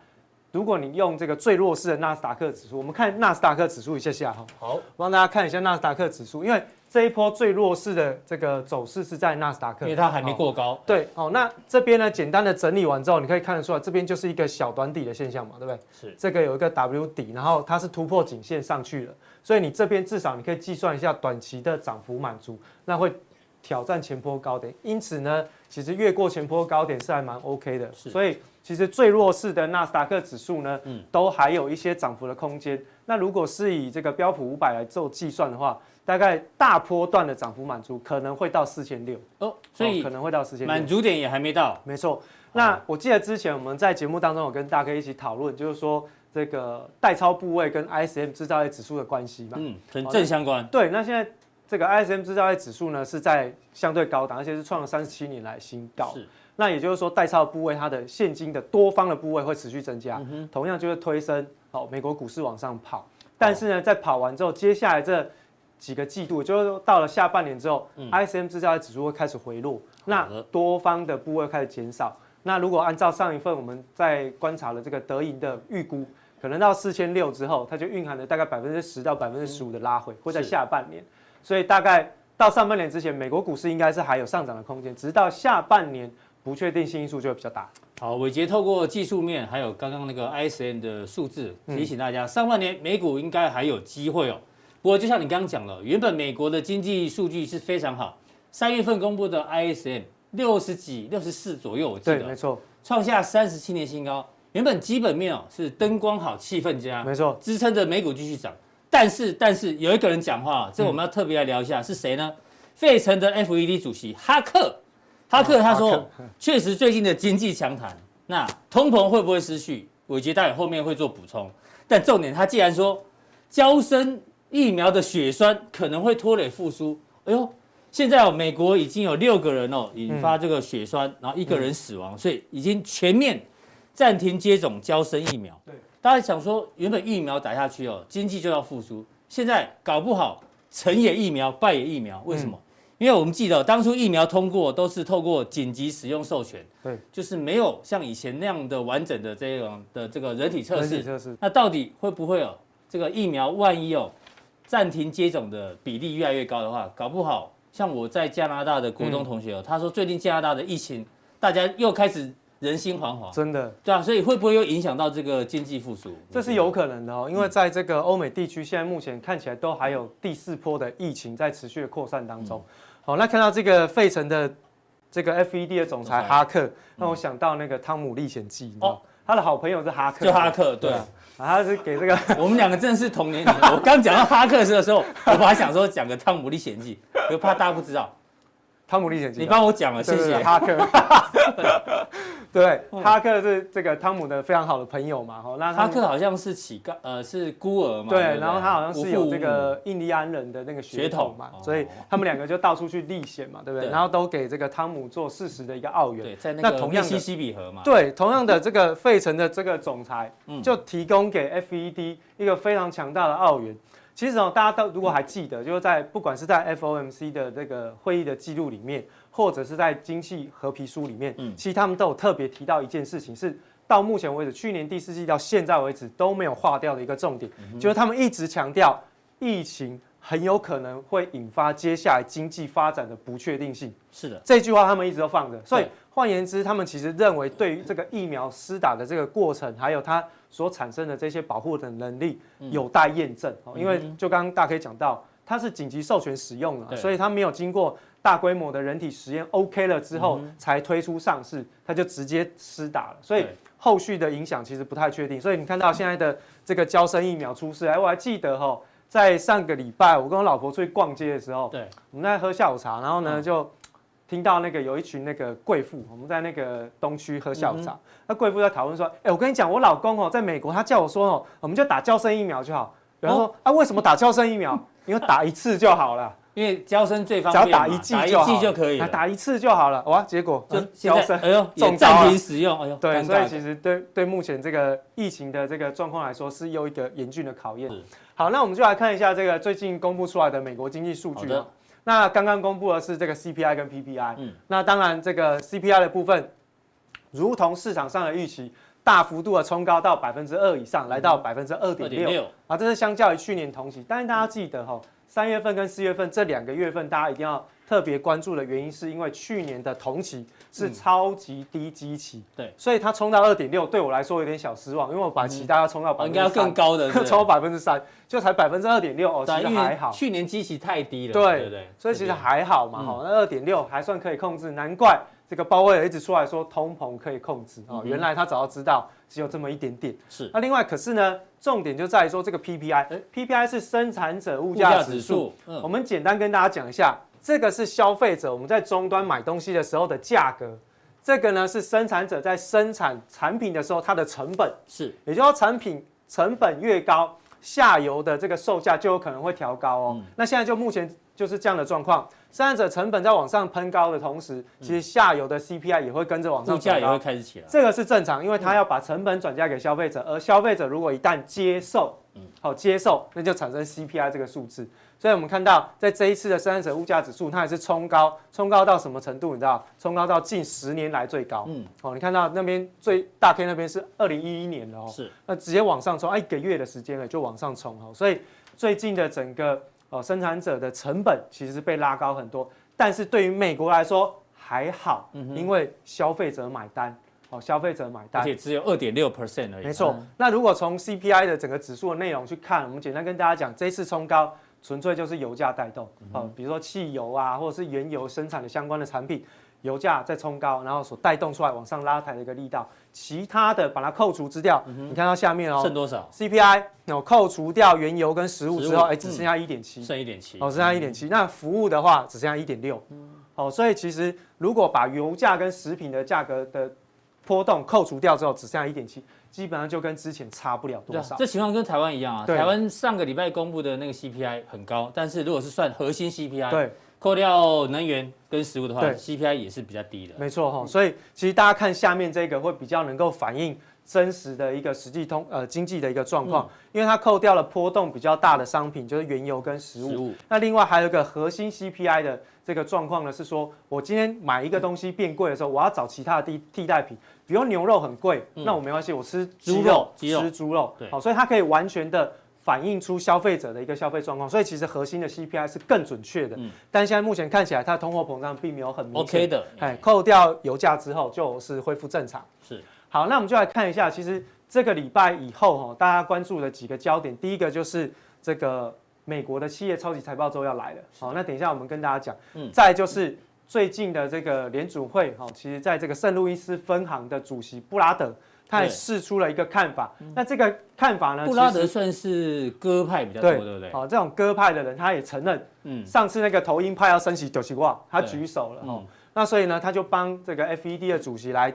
[SPEAKER 3] 如果你用这个最弱势的纳斯达克指数，我们看纳斯达克指数一下下哈，
[SPEAKER 1] 好，
[SPEAKER 3] 我让大家看一下纳斯达克指数，因为这一波最弱势的这个走势是在纳斯达克，
[SPEAKER 1] 因为它还没
[SPEAKER 3] 好
[SPEAKER 1] 过高，
[SPEAKER 3] 对，好、那这边呢，简单的整理完之后，你可以看得出来，这边就是一个小短底的现象嘛，对不对？
[SPEAKER 1] 是
[SPEAKER 3] 这个有一个 W 底，然后它是突破颈线上去了，所以你这边至少你可以计算一下短期的涨幅满足，那会挑战前坡高点。因此呢，其实越过前坡高点是还蛮 OK 的。
[SPEAKER 1] 是
[SPEAKER 3] 所以其实最弱势的纳斯达克指数呢，
[SPEAKER 1] 嗯
[SPEAKER 3] 都还有一些涨幅的空间。那如果是以这个标普五百来做计算的话，大概大波段的涨幅满足可能会到四千六，
[SPEAKER 1] 哦，所
[SPEAKER 3] 哦
[SPEAKER 1] 以
[SPEAKER 3] 可能会到四千六
[SPEAKER 1] 满。足点也还没到，
[SPEAKER 3] 没错。那我记得之前我们在节目当中有跟大哥一起讨论，就是说这个代超部位跟 ISM 制造业指数的关系嘛。
[SPEAKER 1] 嗯，很
[SPEAKER 3] 好的
[SPEAKER 1] 正相关，
[SPEAKER 3] 对，那现在这个 ISM 制造业指数呢是在相对高档，而且是创了三十七年来新高。
[SPEAKER 1] 是
[SPEAKER 3] 那也就是说，代超部位它的现金的多方的部位会持续增
[SPEAKER 1] 嗯
[SPEAKER 3] 加，同样就会推升好美国股市往上跑。但是呢，在跑完之后，接下来这几个季度，也就是说到了下半年之后、i s m 制造业指数会开始回落，那
[SPEAKER 1] 的
[SPEAKER 3] 多方的部位开始减少。那如果按照上一份我们在观察了这个德银的预估，可能到四千六之后，它就蕴含了大概百分之十到百分之十五的拉回，会在
[SPEAKER 1] 嗯是
[SPEAKER 3] 下半年。所以大概到上半年之前，美国股市应该是还有上涨的空间，直到下半年不确定性因素就会比较大。
[SPEAKER 1] 好，伟杰透过技术面还有刚刚那个 ISM 的数字
[SPEAKER 3] 嗯
[SPEAKER 1] 提醒大家，上半年美股应该还有机会哦。不过就像你刚刚讲了，原本美国的经济数据是非常好，三月份公布的 ISM 六十几、六十四左右，我记
[SPEAKER 3] 对，没
[SPEAKER 1] 得
[SPEAKER 3] 错，
[SPEAKER 1] 创下三十七年新高。原本基本面哦是灯光好、气氛佳，
[SPEAKER 3] 没错，
[SPEAKER 1] 支撑着美股继续涨。但是，但是有一个人讲话，哦这
[SPEAKER 3] 嗯
[SPEAKER 1] 我们要特别来聊一下，是谁呢？费城的 FED 主席哈克，哈克他说
[SPEAKER 3] 哦哈，
[SPEAKER 1] 确实最近的经济强谈，那通膨会不会失序？我觉得待会后面会做补充。但重点，他既然说交生疫苗的血栓可能会拖累复苏，哎呦，现在哦，美国已经有六个人哦引
[SPEAKER 3] 嗯
[SPEAKER 1] 发这个血栓，然后一个人死亡，所以已经全面暂停接种交生疫苗。
[SPEAKER 3] 对，
[SPEAKER 1] 大家想说，原本疫苗打下去哦，经济就要复苏，现在搞不好成也疫苗，败也疫苗，为什
[SPEAKER 3] 嗯
[SPEAKER 1] 么？因为我们记得当初疫苗通过都是透过紧急使用授权，
[SPEAKER 3] 对，
[SPEAKER 1] 就是没有像以前那样的完整的这种的这个人体测
[SPEAKER 3] 人
[SPEAKER 1] 试
[SPEAKER 3] 体，测试。
[SPEAKER 1] 那到底会不会有这个疫苗万一有暂停接种的比例越来越高的话，搞不好像我在加拿大的国中同学哦，他说最近加拿大的疫情，大家又开始人心惶惶，
[SPEAKER 3] 真的，
[SPEAKER 1] 对啊，所以会不会又影响到这个经济复苏？
[SPEAKER 3] 这是有可能的哦，因为在这个欧美地区，现在目前看起来都还有第四波的疫情在持续的扩散当中。好，那看到这个费城的这个 FED 的总裁
[SPEAKER 1] 总裁
[SPEAKER 3] 嗯哈克，让我想到那个《汤姆历险记》你知道吗，他的好朋友是哈
[SPEAKER 1] 哦
[SPEAKER 3] 克，
[SPEAKER 1] 就哈克，对
[SPEAKER 3] 对，啊，他是给这个
[SPEAKER 1] 我们两个真的是同年龄。 我刚讲到哈克斯的时候，我本来想说讲个《汤姆历险记》，可怕大家不知道，
[SPEAKER 3] 汤姆历险记》
[SPEAKER 1] 你帮我讲了，谢
[SPEAKER 3] 对对对
[SPEAKER 1] 谢。
[SPEAKER 3] 哈克， 对，哈克是这个汤姆的非常好的朋友嘛，哈，那他
[SPEAKER 1] 哈
[SPEAKER 3] 们
[SPEAKER 1] 克好像是乞丐，呃，是孤儿嘛。
[SPEAKER 3] 对
[SPEAKER 1] 不，
[SPEAKER 3] 然后他好像是有这。
[SPEAKER 1] 无父无母
[SPEAKER 3] 个印第安人的那个血统嘛
[SPEAKER 1] 血，统
[SPEAKER 3] 所以他们两个就到处去历险嘛，对不对？
[SPEAKER 1] 对
[SPEAKER 3] 然后都给这个汤姆做适时的一个澳元。
[SPEAKER 1] 对，在那
[SPEAKER 3] 那
[SPEAKER 1] 个
[SPEAKER 3] 同
[SPEAKER 1] 密
[SPEAKER 3] 样的
[SPEAKER 1] 西西比河嘛。
[SPEAKER 3] 对，同样的这个费城的这个总裁
[SPEAKER 1] 嗯
[SPEAKER 3] 就提供给 FED 一个非常强大的澳元。其实哦，大家都如果还记得，就是在不管是在 FOMC 的这个会议的记录里面，或者是在经济合皮书里面，
[SPEAKER 1] 嗯
[SPEAKER 3] 其实他们都有特别提到一件事情，是到目前为止，去年第四季到现在为止都没有划掉的一个重点，
[SPEAKER 1] 嗯
[SPEAKER 3] 就是他们一直强调疫情很有可能会引发接下来经济发展的不确定性。
[SPEAKER 1] 是的，
[SPEAKER 3] 这句话他们一直都放着，所以
[SPEAKER 1] 对
[SPEAKER 3] 换言之，他们其实认为对于这个疫苗施打的这个过程，还有它所产生的这些保护的能力
[SPEAKER 1] 嗯
[SPEAKER 3] 有待验证。哦，因为就刚刚大可以讲到，它是紧急授权使用了，
[SPEAKER 1] 对
[SPEAKER 3] 所以它没有经过大规模的人体实验 OK 了之
[SPEAKER 1] 嗯
[SPEAKER 3] 后才推出上市，它就直接施打了，所以
[SPEAKER 1] 对。
[SPEAKER 3] 后续的影响其实不太确定，所以你看到现在的这个胶生疫苗出事，哎，我还记得哈、在上个礼拜我跟我老婆出去逛街的时候，
[SPEAKER 1] 对，
[SPEAKER 3] 我们在喝下午茶，然后呢、
[SPEAKER 1] 嗯
[SPEAKER 3] 就听到那个有一群那个贵妇，我们在那个东区喝下午
[SPEAKER 1] 嗯
[SPEAKER 3] 茶，那贵妇在讨论说，哎、我跟你讲，我老公哦，在美国，他叫我说哦，我们就打胶生疫苗就好。然
[SPEAKER 1] 哦
[SPEAKER 3] 后说、啊，为什么打胶生 疫苗？因为打一次就好了，
[SPEAKER 1] 因为交生最方
[SPEAKER 3] 只要
[SPEAKER 1] 便嘛，
[SPEAKER 3] 打一剂
[SPEAKER 1] 打一
[SPEAKER 3] 就好
[SPEAKER 1] 剂就可以
[SPEAKER 3] 啊
[SPEAKER 1] 了。
[SPEAKER 3] 打一次就好了。哇，结果
[SPEAKER 1] 就
[SPEAKER 3] 嗯
[SPEAKER 1] 现
[SPEAKER 3] 胶
[SPEAKER 1] 在，
[SPEAKER 3] 生
[SPEAKER 1] 哎呦，也
[SPEAKER 3] 中招啊
[SPEAKER 1] 暂停使用，哎呦，
[SPEAKER 3] 对，
[SPEAKER 1] 尴
[SPEAKER 3] 所以
[SPEAKER 1] 尬
[SPEAKER 3] 其实对对目前这个疫情的这个状况来说，是又一个严峻的考验
[SPEAKER 1] 是。
[SPEAKER 3] 好，那我们就来看一下这个最近公布出来的美国经济数
[SPEAKER 1] 好
[SPEAKER 3] 据
[SPEAKER 1] 的
[SPEAKER 3] 啊。那刚刚公布的是这个 CPI 跟 PPI，
[SPEAKER 1] 嗯
[SPEAKER 3] 那当然这个 CPI 的部分，如同市场上的预期，大幅度的冲高到百分之二以上，来到百分之二
[SPEAKER 1] 嗯二
[SPEAKER 3] 点
[SPEAKER 1] 点
[SPEAKER 3] 六。
[SPEAKER 1] 六，
[SPEAKER 3] 啊，这是相较于去年同期，但是大家记得哈、三月份跟四月份这两个月份，大家一定要特别关注的原因，是因为去年的同期是超级低基期，
[SPEAKER 1] 嗯对
[SPEAKER 3] 所以它冲到二点六，对我来说有点小失望，因为我把期待要冲到
[SPEAKER 1] 哦
[SPEAKER 3] 百
[SPEAKER 1] 应
[SPEAKER 3] 分
[SPEAKER 1] 该要
[SPEAKER 3] 之
[SPEAKER 1] 更
[SPEAKER 3] 三，
[SPEAKER 1] 高的，
[SPEAKER 3] 冲到百分之三，就才百分之二点六哦，
[SPEAKER 1] 对啊
[SPEAKER 3] 其实
[SPEAKER 1] 因
[SPEAKER 3] 还
[SPEAKER 1] 为
[SPEAKER 3] 好，
[SPEAKER 1] 去年基期太低了，
[SPEAKER 3] 对
[SPEAKER 1] 对不对，
[SPEAKER 3] 所以其实还好嘛
[SPEAKER 1] 嗯
[SPEAKER 3] 哈、那二点六还算可以控制，难怪这个鲍威尔一直出来说通膨可以控制哦，原来他早就知道只有这么一点点。
[SPEAKER 1] 是
[SPEAKER 3] 那另外，可是呢，重点就在于说这个 PPI，PPI 是生产者物价指数。，我
[SPEAKER 1] 嗯，
[SPEAKER 3] 们简单跟大家讲一下，这个是消费者我们在终端买东西的时候的价格，这个呢是生产者在生产产品的时候它的成本，
[SPEAKER 1] 是
[SPEAKER 3] 也就是说产品成本越高，下游的这个售价就有可能会调高
[SPEAKER 1] 嗯
[SPEAKER 3] 哦。那现在就目前就是这样的状况，生产者成本在往上喷高的同时，其实下游的 CPI 也会跟着往上
[SPEAKER 1] 嗯物价
[SPEAKER 3] 走
[SPEAKER 1] 也
[SPEAKER 3] 高
[SPEAKER 1] 会。开始起来，
[SPEAKER 3] 这个是正常，因为他要把成本转嫁给消费者，而消费者如果一旦接受，
[SPEAKER 1] 嗯
[SPEAKER 3] 好、接受，那就产生 CPI 这个数字。所以我们看到，在这一次的生产者物价指数，它也是冲高，冲高到什么程度？你知道？冲高到近十年来最高。
[SPEAKER 1] 嗯
[SPEAKER 3] 嗯，哦，你看到那边最大 K 那边是二零一一年的哦，
[SPEAKER 1] 是
[SPEAKER 3] 那直接往上冲，啊，一个月的时间了就往上冲哦。所以最近的整个呃生产者的成本其实是被拉高很多，但是对于美国来说还好，因为消费者买单哦，消费者买
[SPEAKER 1] 嗯而
[SPEAKER 3] 单。
[SPEAKER 1] 且只有二点六 percent 而已，嗯
[SPEAKER 3] 没错，那如果从 CPI 的整个指数的内容去看，我们简单跟大家讲，这一次冲高纯粹就是油价带动，
[SPEAKER 1] 嗯
[SPEAKER 3] 哦，比如说汽油啊，或者是原油生产的相关的产品，油价在冲高，然后所带动出来往上拉抬的一个力道，其他的把它扣除之掉，
[SPEAKER 1] 嗯
[SPEAKER 3] 你看到下面哦，
[SPEAKER 1] 剩多少？
[SPEAKER 3] CPI 有哦扣除掉原油跟食物之后，
[SPEAKER 1] 食物嗯
[SPEAKER 3] 哎，只剩下一点七，
[SPEAKER 1] 剩一点七，嗯
[SPEAKER 3] 哦，只剩下一点七。那服务的话，只剩下一点六，哦，所以其实如果把油价跟食品的价格的波动扣除掉之后，只剩下一点七，基本上就跟之前差不了
[SPEAKER 1] 对
[SPEAKER 3] 多
[SPEAKER 1] 啊
[SPEAKER 3] 少。
[SPEAKER 1] 这情况跟台湾一样啊。
[SPEAKER 3] 对
[SPEAKER 1] 台湾上个礼拜公布的那个 CPI 很高，但是如果是算核心 CPI，，
[SPEAKER 3] 对，
[SPEAKER 1] 扣掉能源跟食物的话
[SPEAKER 3] 对
[SPEAKER 1] ，CPI 也是比较低的。
[SPEAKER 3] 没错哈、所以其实大家看下面这个会比较能够反映真实的一个实际通呃经济的一个状
[SPEAKER 1] 嗯
[SPEAKER 3] 况，因为它扣掉了波动比较大的商品，就是原油跟食物。
[SPEAKER 1] 食物
[SPEAKER 3] 那另外还有一个核心 CPI 的这个状况呢，是说我今天买一个东西变贵的时候，我要找其他的替替代品，比如牛肉很贵，那我没关系，我吃
[SPEAKER 1] 猪
[SPEAKER 3] 鸡
[SPEAKER 1] 肉嗯鸡肉
[SPEAKER 3] 吃猪肉
[SPEAKER 1] 对，
[SPEAKER 3] 好，所以它可以完全的。反映出消费者的一个消费状况，所以其实核心的 CPI 是更准确的，但现在目前看起来，它的通货膨胀并没有很明
[SPEAKER 1] 嗯
[SPEAKER 3] 显
[SPEAKER 1] OK 的，
[SPEAKER 3] 哎，扣掉油价之后就是恢复正常。
[SPEAKER 1] 是
[SPEAKER 3] 好，那我们就来看一下，其实这个礼拜以后哈、大家关注的几个焦点，第一个就是这个美国的企业超级财报周要来了。好，那等一下我们跟大家讲。
[SPEAKER 1] 嗯
[SPEAKER 3] 嗯，再来就是最近的这个联储会哈、其实在这个圣路易斯分行的主席布拉德。他也试出了一个看法。那这个看法呢，
[SPEAKER 1] 嗯布拉
[SPEAKER 3] 其
[SPEAKER 1] 德
[SPEAKER 3] 实
[SPEAKER 1] 算是鸽派比较多，
[SPEAKER 3] 对
[SPEAKER 1] 对不对？
[SPEAKER 3] 好、这种鸽派的人他也承认，
[SPEAKER 1] 嗯
[SPEAKER 3] 上次那个投鹰派要升息九七卦，他
[SPEAKER 1] 对
[SPEAKER 3] 举手了。
[SPEAKER 1] 嗯，
[SPEAKER 3] 那所以呢，他就帮这个 FED 的主席来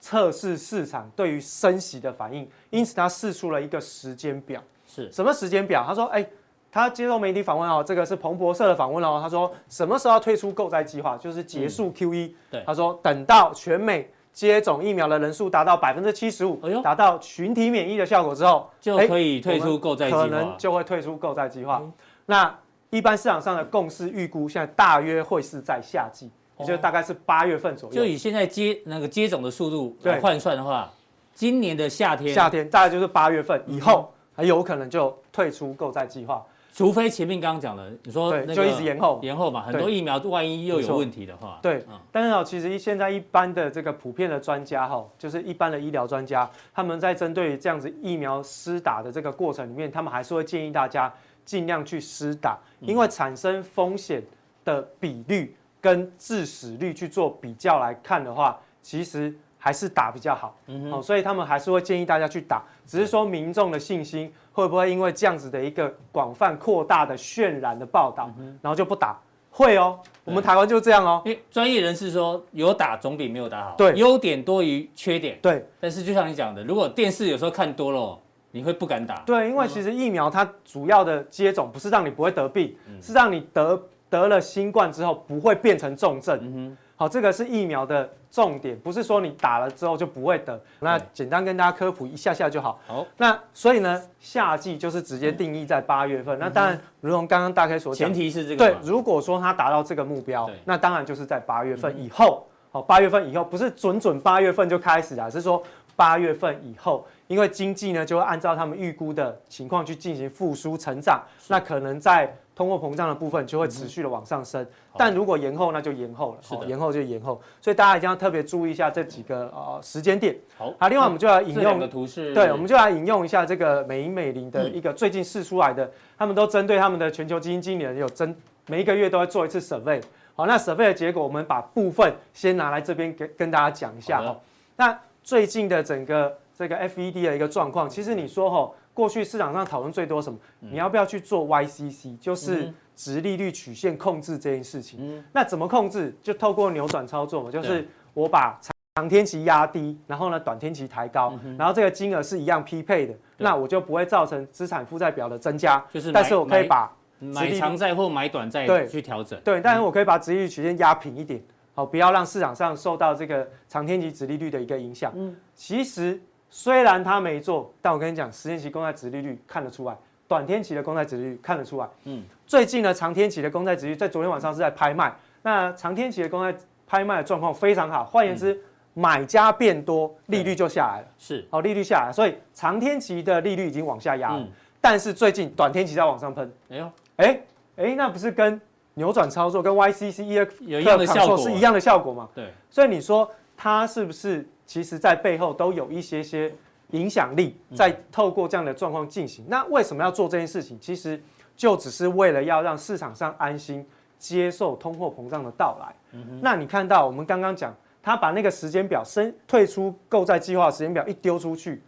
[SPEAKER 3] 测试市场对于升息的反应，因此他试出了一个时间表。
[SPEAKER 1] 是
[SPEAKER 3] 什么时间表？他说，哎，他接受媒体访问哦，这个是彭博社的访问哦。他说，什么时候要推出购债计划？就是结束 QE、
[SPEAKER 1] 嗯对
[SPEAKER 3] 他说，等到全美接种疫苗的人数达到百分之七十五
[SPEAKER 1] 哎呦，
[SPEAKER 3] 达到群体免疫的效果之后，
[SPEAKER 1] 就
[SPEAKER 3] 哎
[SPEAKER 1] 可以退
[SPEAKER 3] 我
[SPEAKER 1] 出
[SPEAKER 3] 们
[SPEAKER 1] 购债计
[SPEAKER 3] 可能
[SPEAKER 1] 划。嗯
[SPEAKER 3] 就会退出购债计划。那一般市场上的共识预估，现在大约会是在夏季，也就是大概是八月份左
[SPEAKER 1] 哦就
[SPEAKER 3] 右。
[SPEAKER 1] 以现在接那个接种的速度
[SPEAKER 3] 对
[SPEAKER 1] 来换算的话，今年的夏天，
[SPEAKER 3] 夏天大概就是八月份以后，
[SPEAKER 1] 嗯
[SPEAKER 3] 还有可能就退出购债计划。
[SPEAKER 1] 除非前面刚刚讲的，你说
[SPEAKER 3] 对
[SPEAKER 1] 哦那个
[SPEAKER 3] 就一直延后嘛
[SPEAKER 1] 延后嘛，很多
[SPEAKER 3] 对
[SPEAKER 1] 疫苗万一又有问题的话，
[SPEAKER 3] 对
[SPEAKER 1] 嗯，
[SPEAKER 3] 但是哦，其实现在一般的这个普遍的专家哈、就是一般的医疗专家，他们在针对于这样子疫苗施打的这个过程里面，他们还是会建议大家尽量去施打，因为产生风险的比率跟致死率去做比较来看的话，其实还是打比较好。哦，所以他们还是会建议大家去打，只是说民众的信心会不会因为这样子的一个广泛扩大的渲染的报道，然后就不打？会哦，我们台湾就这样哦。
[SPEAKER 1] 因为专业人士说有打总比没有打好，
[SPEAKER 3] 对
[SPEAKER 1] 优点多于缺点。
[SPEAKER 3] 对
[SPEAKER 1] 但是就像你讲的，如果电视有时候看多了哦，你会不敢打。
[SPEAKER 3] 对，因为其实疫苗它主要的接种不是让你不会得病，
[SPEAKER 1] 嗯
[SPEAKER 3] 是让你得得了新冠之后不会变成重症。
[SPEAKER 1] 嗯
[SPEAKER 3] 好，这个是疫苗的重点，不是说你打了之后就不会得。那
[SPEAKER 1] 对
[SPEAKER 3] 简单跟大家科普一下下就好。
[SPEAKER 1] 好，
[SPEAKER 3] 那所以呢，夏季就是直接定义在八月份。那当然，如同刚刚大 K 所讲
[SPEAKER 1] 嗯前，提是这个
[SPEAKER 3] 对
[SPEAKER 1] 嘛，，
[SPEAKER 3] 如果说它达到这个目标
[SPEAKER 1] 对，嗯
[SPEAKER 3] 那当然就是在八月份以后。好，八月份以后不是准准八月份就开始啊，是说八月份以后，因为经济呢就会按照他们预估的情况去进行复苏成长，那可能在通货膨胀的部分就会持续的往上升。但如果延后，那就延后了，
[SPEAKER 1] 嗯
[SPEAKER 3] 哦
[SPEAKER 1] 是的
[SPEAKER 3] 好延后就延后，所以大家一定要特别注意一下这几个呃时间点。
[SPEAKER 1] 好，
[SPEAKER 3] 好，另外我们就要引
[SPEAKER 1] 这两
[SPEAKER 3] 用
[SPEAKER 1] 个图是，
[SPEAKER 3] 对，我们就来引用一下这个美银美林的一个最近试出来的，他们都针对他们的全球基金经理人有针，每一个月都会做一次 survey。好，那 survey 的结果，我们把部分先拿来这边跟跟大家讲一下
[SPEAKER 1] 好的
[SPEAKER 3] 哦。那最近的整个这个 FED 的一个状况，其实你说哈、过去市场上讨论最多什么？
[SPEAKER 1] 嗯
[SPEAKER 3] 你要不要去做 YCC，就是直利率曲线控制这件事情？
[SPEAKER 1] 嗯
[SPEAKER 3] 那怎么控制？就透过扭转操作嘛，就是我把长长天期压低，然后呢短天期抬
[SPEAKER 1] 嗯
[SPEAKER 3] 高，然后这个金额是一样匹配的，那我就不会造成资产负债表的增加，
[SPEAKER 1] 就是买
[SPEAKER 3] 但是我可以把
[SPEAKER 1] 买
[SPEAKER 3] 直立
[SPEAKER 1] 长债或买短债
[SPEAKER 3] 对
[SPEAKER 1] 去调整。
[SPEAKER 3] 对，但是我可以把殖利率曲线压平一点，好，不要让市场上受到这个长天期殖利率的一个影响。嗯，其实虽然他没做，但我跟你讲，十年期公债殖利率看得出来，短天期的公债殖利率看得出来。
[SPEAKER 1] 嗯
[SPEAKER 3] 嗯，最近呢，长天期的公债殖利率在昨天晚上是在拍卖，那长天期的公债拍卖的状况非常好，换言之，买家变多，利率就下来了。
[SPEAKER 1] 是，
[SPEAKER 3] 好，利率下来，所以长天期的利率已经往下压了，
[SPEAKER 1] 嗯
[SPEAKER 3] 但是最近短天期在往上喷。
[SPEAKER 1] 哎呦，
[SPEAKER 3] 哎哎，那不是跟扭转操作跟 YCC 一
[SPEAKER 1] 有一样的效果啊
[SPEAKER 3] 是一样的效果嘛？
[SPEAKER 1] 对，
[SPEAKER 3] 所以你说它是不是其实在背后都有一些些影响力，
[SPEAKER 1] 嗯
[SPEAKER 3] 在透过这样的状况进行？那为什么要做这件事情？其实就只是为了要让市场上安心接受通货膨胀的到来。
[SPEAKER 1] 嗯
[SPEAKER 3] 那你看到我们刚刚讲，他把那个时间表升退出购债计划的时间表一丢出去，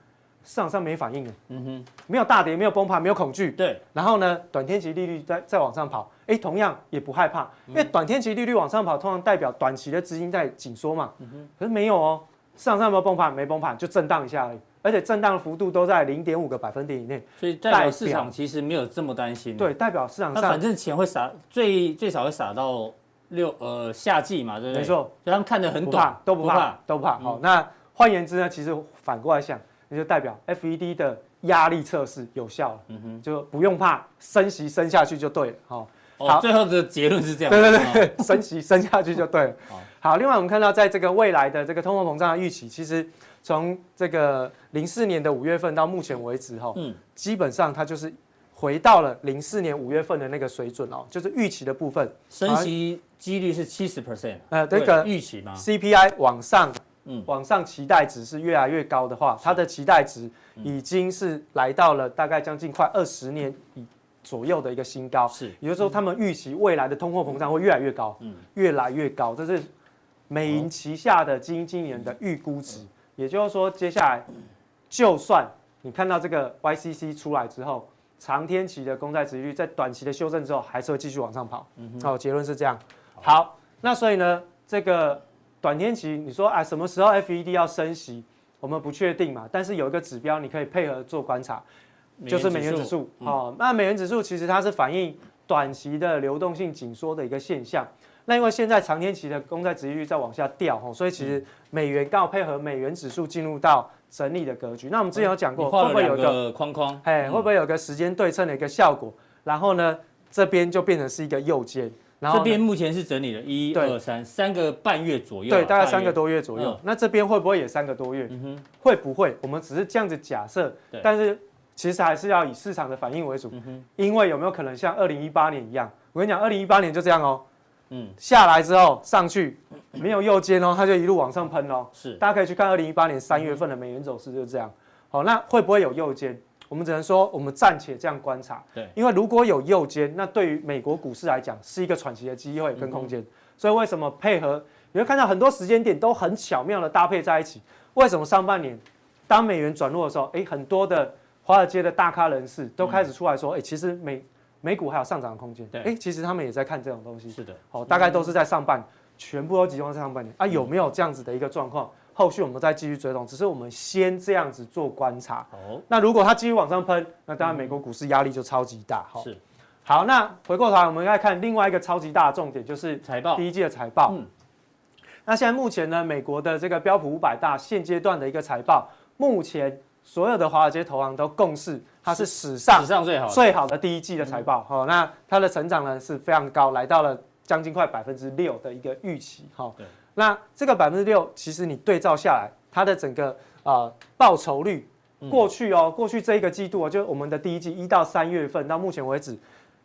[SPEAKER 3] 市场上没反应了，嗯哼，没有大跌，没有崩盘，没有恐惧，
[SPEAKER 1] 对，
[SPEAKER 3] 然后呢，短天期利率再再往上跑，哎，同样也不害怕，
[SPEAKER 1] 嗯
[SPEAKER 3] 因为短天期利率往上跑，通常代表短期的资金在紧缩嘛。
[SPEAKER 1] 嗯
[SPEAKER 3] 可是没有哦，市场上有没有崩盘？没崩盘，就震荡一下而已，而且震荡的幅度都在零点五个百分点以内。
[SPEAKER 1] 所以代
[SPEAKER 3] 代
[SPEAKER 1] 表
[SPEAKER 3] 表
[SPEAKER 1] 市场其实没有这么担心。，
[SPEAKER 3] 对，代表市场
[SPEAKER 1] 嗯那
[SPEAKER 3] 上
[SPEAKER 1] 反正钱会撒，最最少会撒到六呃夏季嘛，对不对？
[SPEAKER 3] 没错，
[SPEAKER 1] 所以他们看得哎很
[SPEAKER 3] 不
[SPEAKER 1] 短
[SPEAKER 3] 怕，，都不怕，都不怕。
[SPEAKER 1] 嗯
[SPEAKER 3] 好，那换言之呢，其实反过来想，那就代表 FED 的压力测试有效了，
[SPEAKER 1] 嗯
[SPEAKER 3] 就不用怕升息升下去就对了。好，
[SPEAKER 1] 哦，
[SPEAKER 3] 好
[SPEAKER 1] 最后的结论是这样。
[SPEAKER 3] 对
[SPEAKER 1] 哦
[SPEAKER 3] 对对，升 息升下去就对了
[SPEAKER 1] 好。
[SPEAKER 3] 好，另外我们看到，在这个未来的这个通货膨胀的预期，其实从这个零四年的五月份到目前为止，哈，
[SPEAKER 1] 嗯
[SPEAKER 3] 基本上它就是回到了零四年五月份的那个水准哦，就是预期的部分
[SPEAKER 1] 升息几率是七十 percent，
[SPEAKER 3] 呃这个
[SPEAKER 1] 预期嘛，
[SPEAKER 3] ，CPI 往上，
[SPEAKER 1] 嗯
[SPEAKER 3] 往上期待值是越来越高的话，它的期待值
[SPEAKER 1] 嗯
[SPEAKER 3] 已经是来到了大概将近快二十年以左右的一个新高。
[SPEAKER 1] 是
[SPEAKER 3] 也就是说，他们预期未来的通货膨胀会越来越高，越来越高，这是美银旗下的基金经理人的预估值。也就是说，接下来就算你看到这个 YCC 出来之后，长天期的公债值率在短期的修正之后，还是会继续往上跑。好、结论是这样。好，那所以呢，这个短天期你说啊，什么时候 FED 要升息，我们不确定嘛，但是有一个指标你可以配合做观察。就是美元指数。
[SPEAKER 1] 嗯
[SPEAKER 3] 哦，那美元指数其实它是反映短期的流动性紧缩的一个现象。那因为现在长天期的公债殖利率在往下掉哦，所以其
[SPEAKER 1] 嗯
[SPEAKER 3] 实美元刚好配合美元指数进入到整理的格局。那我们之前有讲
[SPEAKER 1] 嗯你
[SPEAKER 3] 过，
[SPEAKER 1] 画
[SPEAKER 3] 会不
[SPEAKER 1] 了
[SPEAKER 3] 会有
[SPEAKER 1] 两
[SPEAKER 3] 一个
[SPEAKER 1] 个框框，嗯
[SPEAKER 3] 哎，会不会有个时间对称的一个效果？然后呢，这边就变成是一个右肩，然后
[SPEAKER 1] 这
[SPEAKER 3] 呢
[SPEAKER 1] 边目前是整理了一
[SPEAKER 3] 对
[SPEAKER 1] 二三三个半月左右啊，
[SPEAKER 3] 对，大概三个
[SPEAKER 1] 月
[SPEAKER 3] 多月左右。
[SPEAKER 1] 嗯
[SPEAKER 3] 那这边会不会也三个多月？会不会？我们只是这样子假设
[SPEAKER 1] 对，嗯
[SPEAKER 3] 但是其实还是要以市场的反应为主，因为有没有可能像二零一八年一样？我跟你讲，二零一八年就这样哦，
[SPEAKER 1] 嗯
[SPEAKER 3] 下来之后 上去没有右肩哦，它就一路往上喷哦。
[SPEAKER 1] 是
[SPEAKER 3] 大家可以去看二零一八年三
[SPEAKER 1] 嗯
[SPEAKER 3] 月份的美元走势就是这样。好，那会不会有右肩？我们只能说我们暂且这样观察。
[SPEAKER 1] 对
[SPEAKER 3] 因为如果有右肩，那对于美国股市来讲是一个喘息的机会跟空
[SPEAKER 1] 嗯
[SPEAKER 3] 间。所以为什么配合？你会看到很多时间点都很巧妙的搭配在一起。为什么上半年当美元转弱的时候，诶，很多的华尔街的大咖人士都开始出来说，诶，其实美美股还有上涨的空间。
[SPEAKER 1] 嗯对
[SPEAKER 3] 诶，其实他们也在看这种东西。
[SPEAKER 1] 是的，
[SPEAKER 3] 哦，大概都是在上半，啊全部都集中在上半
[SPEAKER 1] 嗯
[SPEAKER 3] 年啊，有没有这样子的一个状况？后续我们再继续追踪，只是我们先这样子做观察。
[SPEAKER 1] 哦
[SPEAKER 3] 那如果它继续往上喷，那当然美国股市压力就超级大。好，
[SPEAKER 1] 嗯是
[SPEAKER 3] 好，那回过头来我们再看另外一个超级大的重点，就是
[SPEAKER 1] 财报
[SPEAKER 3] 第一季的财报。
[SPEAKER 1] 嗯
[SPEAKER 3] 那现在目前呢，美国的这个标普五百大现阶段的一个财报，目前所有的华尔街投行都共识，它是史上
[SPEAKER 1] 史上最好的，嗯
[SPEAKER 3] 最好的第一季的财报，好、哦，那它的成长呢是非常高，来到了将近快百分之六的一个预期，哈、
[SPEAKER 1] 对
[SPEAKER 3] 那这个百分之六，其实你对照下来，它的整个呃报酬率，
[SPEAKER 1] 嗯
[SPEAKER 3] 过去哦，过去这一个季度哦，就是我们的第一季一到三月份到目前为止，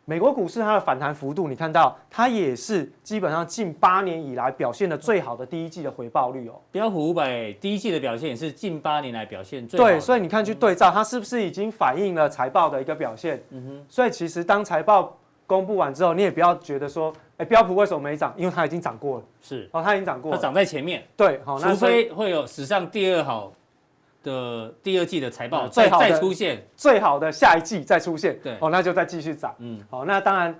[SPEAKER 3] 美国股市它的反弹幅度，你看到它也是基本上近八年以来表现的最好的第一季的回报率哦。
[SPEAKER 1] 标普五百第一季的表现也是近八年来表现最好的，
[SPEAKER 3] 对，所以你看
[SPEAKER 1] 嗯
[SPEAKER 3] 去对照，它是不是已经反映了财报的一个表现？
[SPEAKER 1] 嗯
[SPEAKER 3] 所以其实当财报公布完之后，你也不要觉得说，哎，标普为什么没涨？因为它已经涨过了，
[SPEAKER 1] 是
[SPEAKER 3] 哦，它已经涨过
[SPEAKER 1] 它
[SPEAKER 3] 了。
[SPEAKER 1] 涨在前面，
[SPEAKER 3] 对，好、那
[SPEAKER 1] 除
[SPEAKER 3] 所以
[SPEAKER 1] 非会有史上第二好的第二季的财报
[SPEAKER 3] 嗯最
[SPEAKER 1] 再
[SPEAKER 3] 好的
[SPEAKER 1] 再出现，
[SPEAKER 3] 最好的下一季再出现，
[SPEAKER 1] 对
[SPEAKER 3] 哦，那就再继续涨。
[SPEAKER 1] 嗯，
[SPEAKER 3] 好、那当然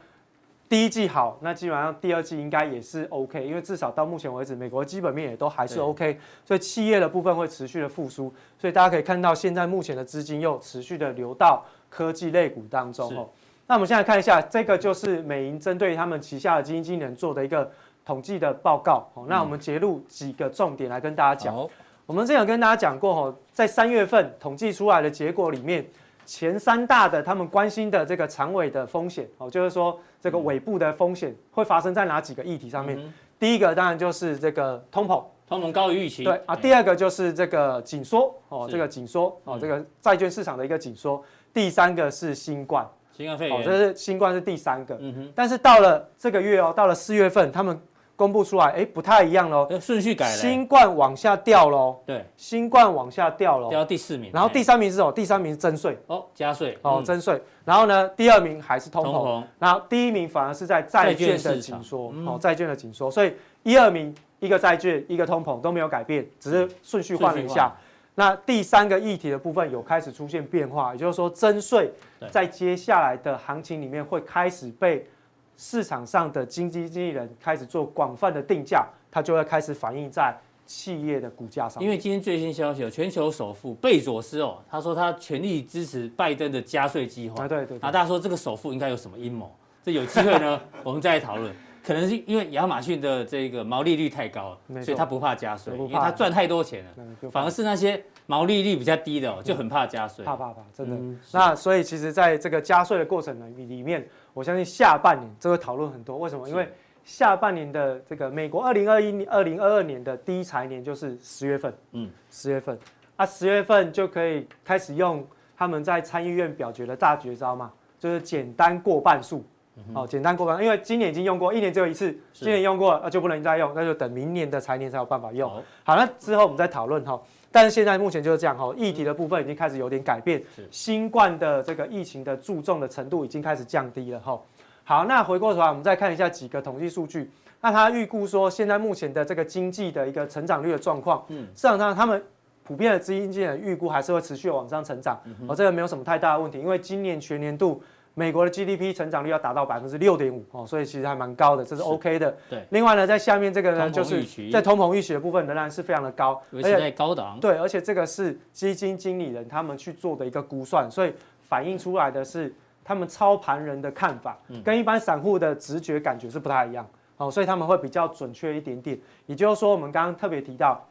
[SPEAKER 3] 第一季好，那基本上第二季应该也是 OK，因为至少到目前为止，美国基本面也都还是
[SPEAKER 1] 对
[SPEAKER 3] OK，所以企业的部分会持续的复苏，所以大家可以看到现在目前的资金又持续的流到科技类股当中
[SPEAKER 1] 是
[SPEAKER 3] 哦。那我们现在看一下，这个就是美银针对他们旗下的基金经理人做的一个统计的报告。哦，那我
[SPEAKER 1] 嗯
[SPEAKER 3] 们截录几个重点来跟大家讲。
[SPEAKER 1] 好
[SPEAKER 3] 我们之前有跟大家讲过吼，在三月份统计出来的结果里面，前三大的他们关心的这个长尾的风险哦，就是说这个尾部的风险会发生在哪几个议题上
[SPEAKER 1] 嗯
[SPEAKER 3] 面？第一个当然就是这个通膨，
[SPEAKER 1] 通膨高于预期，
[SPEAKER 3] 对啊，
[SPEAKER 1] 哎
[SPEAKER 3] 第二个就是这个紧缩哦，
[SPEAKER 1] 是
[SPEAKER 3] 这个紧缩哦，
[SPEAKER 1] 嗯
[SPEAKER 3] 这个债券市场的一个紧缩。第三个是新冠，
[SPEAKER 1] 新冠肺
[SPEAKER 3] 哦，
[SPEAKER 1] 炎
[SPEAKER 3] 这是新冠是第三个。
[SPEAKER 1] 嗯哼
[SPEAKER 3] 但是到了这个月哦，到了四月份，他们公布出来，哎，不太一样喽，
[SPEAKER 1] 呃，顺序改了，
[SPEAKER 3] 新冠往下掉喽。
[SPEAKER 1] 对，
[SPEAKER 3] 新冠往下掉了
[SPEAKER 1] 掉
[SPEAKER 3] 哦，
[SPEAKER 1] 到第四名，
[SPEAKER 3] 然后第
[SPEAKER 1] 哎
[SPEAKER 3] 三名是什么？第三名是增税
[SPEAKER 1] 哦加税
[SPEAKER 3] 哦，
[SPEAKER 1] 嗯
[SPEAKER 3] 增税。然后呢，第二名还是通
[SPEAKER 1] 通
[SPEAKER 3] 膨，
[SPEAKER 1] 膨
[SPEAKER 3] 然后第一名反而是在债
[SPEAKER 1] 债券
[SPEAKER 3] 券
[SPEAKER 1] 市
[SPEAKER 3] 的
[SPEAKER 1] 场
[SPEAKER 3] 紧缩
[SPEAKER 1] 嗯
[SPEAKER 3] 哦，债券的紧缩。所以一二名一个债券一个通膨都没有改变，只是顺序换了一
[SPEAKER 1] 顺序换
[SPEAKER 3] 下。那第三个议题的部分有开始出现变化，也就是说增税
[SPEAKER 1] 对
[SPEAKER 3] 在接下来的行情里面会开始被市场上的经济经理人开始做广泛的定价，它就会开始反映在企业的股价上面。
[SPEAKER 1] 因为今天最新消息，有全球首富贝佐斯哦，他说他全力支持拜登的加税计划。
[SPEAKER 3] 啊，对对
[SPEAKER 1] 然后大
[SPEAKER 3] 对，
[SPEAKER 1] 家说这个首富应该有什么阴谋？这有机会 呢，我们再来讨论。可能是因为亚马逊的这个毛利率太高了，
[SPEAKER 3] 没错
[SPEAKER 1] 所以他不怕加税，
[SPEAKER 3] 我
[SPEAKER 1] 因
[SPEAKER 3] 不
[SPEAKER 1] 为
[SPEAKER 3] 怕
[SPEAKER 1] 他赚太多钱了。
[SPEAKER 3] 嗯就
[SPEAKER 1] 反而是那些毛利率比较低的哦，就很怕加税。
[SPEAKER 3] 嗯怕怕怕，真的。
[SPEAKER 1] 嗯
[SPEAKER 3] 那所以其实在这个加税的过程呢里面，我相信下半年这会讨论很多。为什么？因为下半年的这个美国二零二一、二零二二年的第一财年就是十月份，
[SPEAKER 1] 嗯
[SPEAKER 3] 嗯，十月份啊，十月份就可以开始用他们在参议院表决的大绝招嘛，就是简单过半数。哦，简单过半，因为今年已经用过，一年只有一次，
[SPEAKER 1] 嗯是
[SPEAKER 3] 今年用过了，那、啊就不能再用，那就等明年的财年才有办法用。
[SPEAKER 1] 好
[SPEAKER 3] 好，那之后我们再讨论哈。但是现在目前就是这样哈，议题的部分已经开始有点改变
[SPEAKER 1] 是，
[SPEAKER 3] 新冠的这个疫情的注重的程度已经开始降低了哈。好，那回过头来我们再看一下几个统计数据。那他预估说，现在目前的这个经济的一个成长率的状况，
[SPEAKER 1] 嗯
[SPEAKER 3] 市场上他们普遍的资金经理人预估还是会持续地往上成
[SPEAKER 1] 嗯
[SPEAKER 3] 长，而、这个没有什么太大的问题，因为今年全年度美国的 GDP 成长率要达到百分之六点五哦，所以其实还蛮高的，这是 OK 的。
[SPEAKER 1] 对，
[SPEAKER 3] 另外呢，在下面这个呢，
[SPEAKER 1] 通
[SPEAKER 3] 就
[SPEAKER 1] 膨
[SPEAKER 3] 是
[SPEAKER 1] 预期
[SPEAKER 3] 在通膨预期的部分仍然是非常的高，
[SPEAKER 1] 尤其在高档，
[SPEAKER 3] 对，而且这个是基金经理人他们去做的一个估算，所以反映出来的是他们操盘人的看法，
[SPEAKER 1] 嗯
[SPEAKER 3] 跟一般散户的直觉感觉是不太一样。哦，所以他们会比较准确一点点。也就是说，我们刚刚特别提到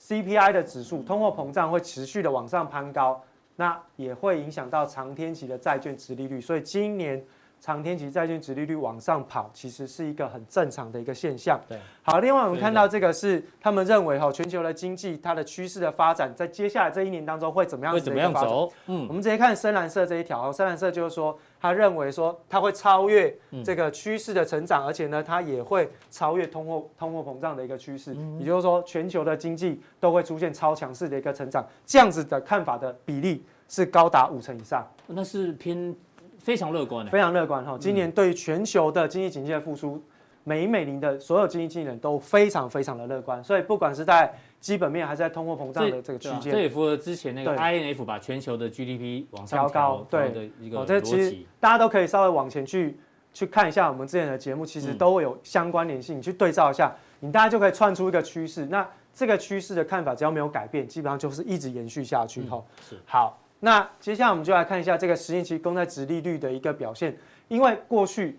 [SPEAKER 3] CPI 的指数，通货膨胀会持续的往上攀高，那也会影响到长天期的债券值利率。所以今年长天期债券值利率往上跑，其实是一个很正常的一个现象。
[SPEAKER 1] 对，
[SPEAKER 3] 好，另外我们
[SPEAKER 1] 对
[SPEAKER 3] 看到这个是他们认为哈、全球的经济它的趋势的发展，在接下来这一年当中会怎么样？
[SPEAKER 1] 会怎么样？走？嗯，
[SPEAKER 3] 我们直接看深蓝色这一条，深蓝色就是说，他认为说它会超越
[SPEAKER 1] 嗯
[SPEAKER 3] 这个趋势的成长，而且呢，它也会超越通货通货膨胀的一个趋势，
[SPEAKER 1] 嗯
[SPEAKER 3] 也就是说，全球的经济都会出现超强势的一个成长，这样子的看法的比例是高达五成以上，
[SPEAKER 1] 那是偏非常乐观的，
[SPEAKER 3] 非常
[SPEAKER 1] 嗯
[SPEAKER 3] 乐观哈。今年对于全球的经济景气的复苏，美美林的所有经济经理人都非常非常的乐观，所以不管是在基本面还是在通货膨胀的这
[SPEAKER 1] 对
[SPEAKER 3] 个区
[SPEAKER 1] 啊
[SPEAKER 3] 间
[SPEAKER 1] 这，也符合之前那个
[SPEAKER 3] 对
[SPEAKER 1] INF 把全球的 GDP 往上
[SPEAKER 3] 调高对
[SPEAKER 1] 的一个
[SPEAKER 3] 哦，这
[SPEAKER 1] 逻
[SPEAKER 3] 其实
[SPEAKER 1] 辑。
[SPEAKER 3] 大家都可以稍微往前去去看一下我们之前的节目，
[SPEAKER 1] 嗯
[SPEAKER 3] 其实都会有相关联性，你去对照一下，你大家就可以串出一个趋势。那这个趋势的看法只要没有改变，基本上就是一直延续下去。哈、
[SPEAKER 1] 嗯是
[SPEAKER 3] 好，那接下来我们就来看一下这个十年期公债值利率的一个表现，因为过去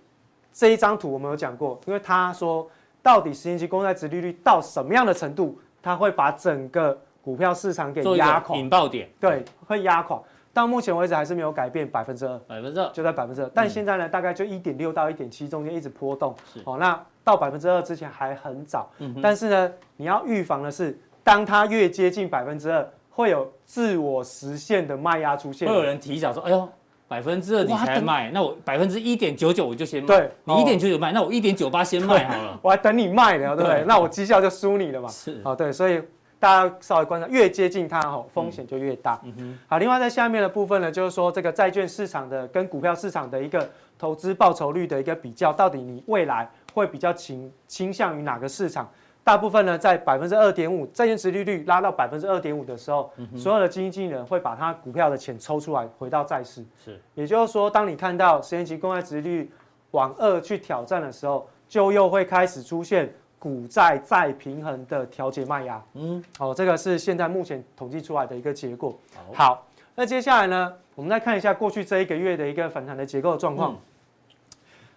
[SPEAKER 3] 这一张图我们有讲过，因为他说到底十年期公债值利率到什么样的程度，它会把整个股票市场给
[SPEAKER 1] 做一
[SPEAKER 3] 压
[SPEAKER 1] 个
[SPEAKER 3] 垮，
[SPEAKER 1] 引爆点，
[SPEAKER 3] 对，会压垮。到目前为止还是没有改变百分之二。
[SPEAKER 1] 百分之二，
[SPEAKER 3] 就在百分之二，但现在呢，大概就一点六到一点七中间一直波动
[SPEAKER 1] 嗯是。
[SPEAKER 3] 哦，那到百分之二之前还很早，
[SPEAKER 1] 嗯哼
[SPEAKER 3] 但是呢，你要预防的是，当它越接近百分之二，会有自我实现的卖压出现
[SPEAKER 1] 会。有人提早说，哎呦，百分之二你
[SPEAKER 3] 哇
[SPEAKER 1] 才
[SPEAKER 3] 等
[SPEAKER 1] 卖，那我百分之一点九九我就先卖，
[SPEAKER 3] 对
[SPEAKER 1] 你
[SPEAKER 3] 哦
[SPEAKER 1] 一点九九卖，那我一点九八先卖好了，
[SPEAKER 3] 我还等你卖呢，对不对
[SPEAKER 1] 对？
[SPEAKER 3] 那我绩效就输你了嘛。
[SPEAKER 1] 是
[SPEAKER 3] 好，哦对，所以大家稍微观察，越接近它哦，风险就越大。好，另外在下面的部分呢，就是说这个债券市场的跟股票市场的一个投资报酬率的一个比较，到底你未来会比较倾倾向于哪个市场？大部分呢，在百分之二点五债券值利率拉到百分之二点五的时候，所有的基金经理人会把他股票的钱抽出来回到债市。
[SPEAKER 1] 是，
[SPEAKER 3] 也就是说，当你看到十年期公债值利率往二去挑战的时候，就又会开始出现股债再平衡的调节卖压。
[SPEAKER 1] 嗯，
[SPEAKER 3] 哦，这个是现在目前统计出来的一个结果。
[SPEAKER 1] 好，
[SPEAKER 3] 好，那接下来呢，我们再看一下过去这一个月的一个反弹的结构状况。
[SPEAKER 1] 嗯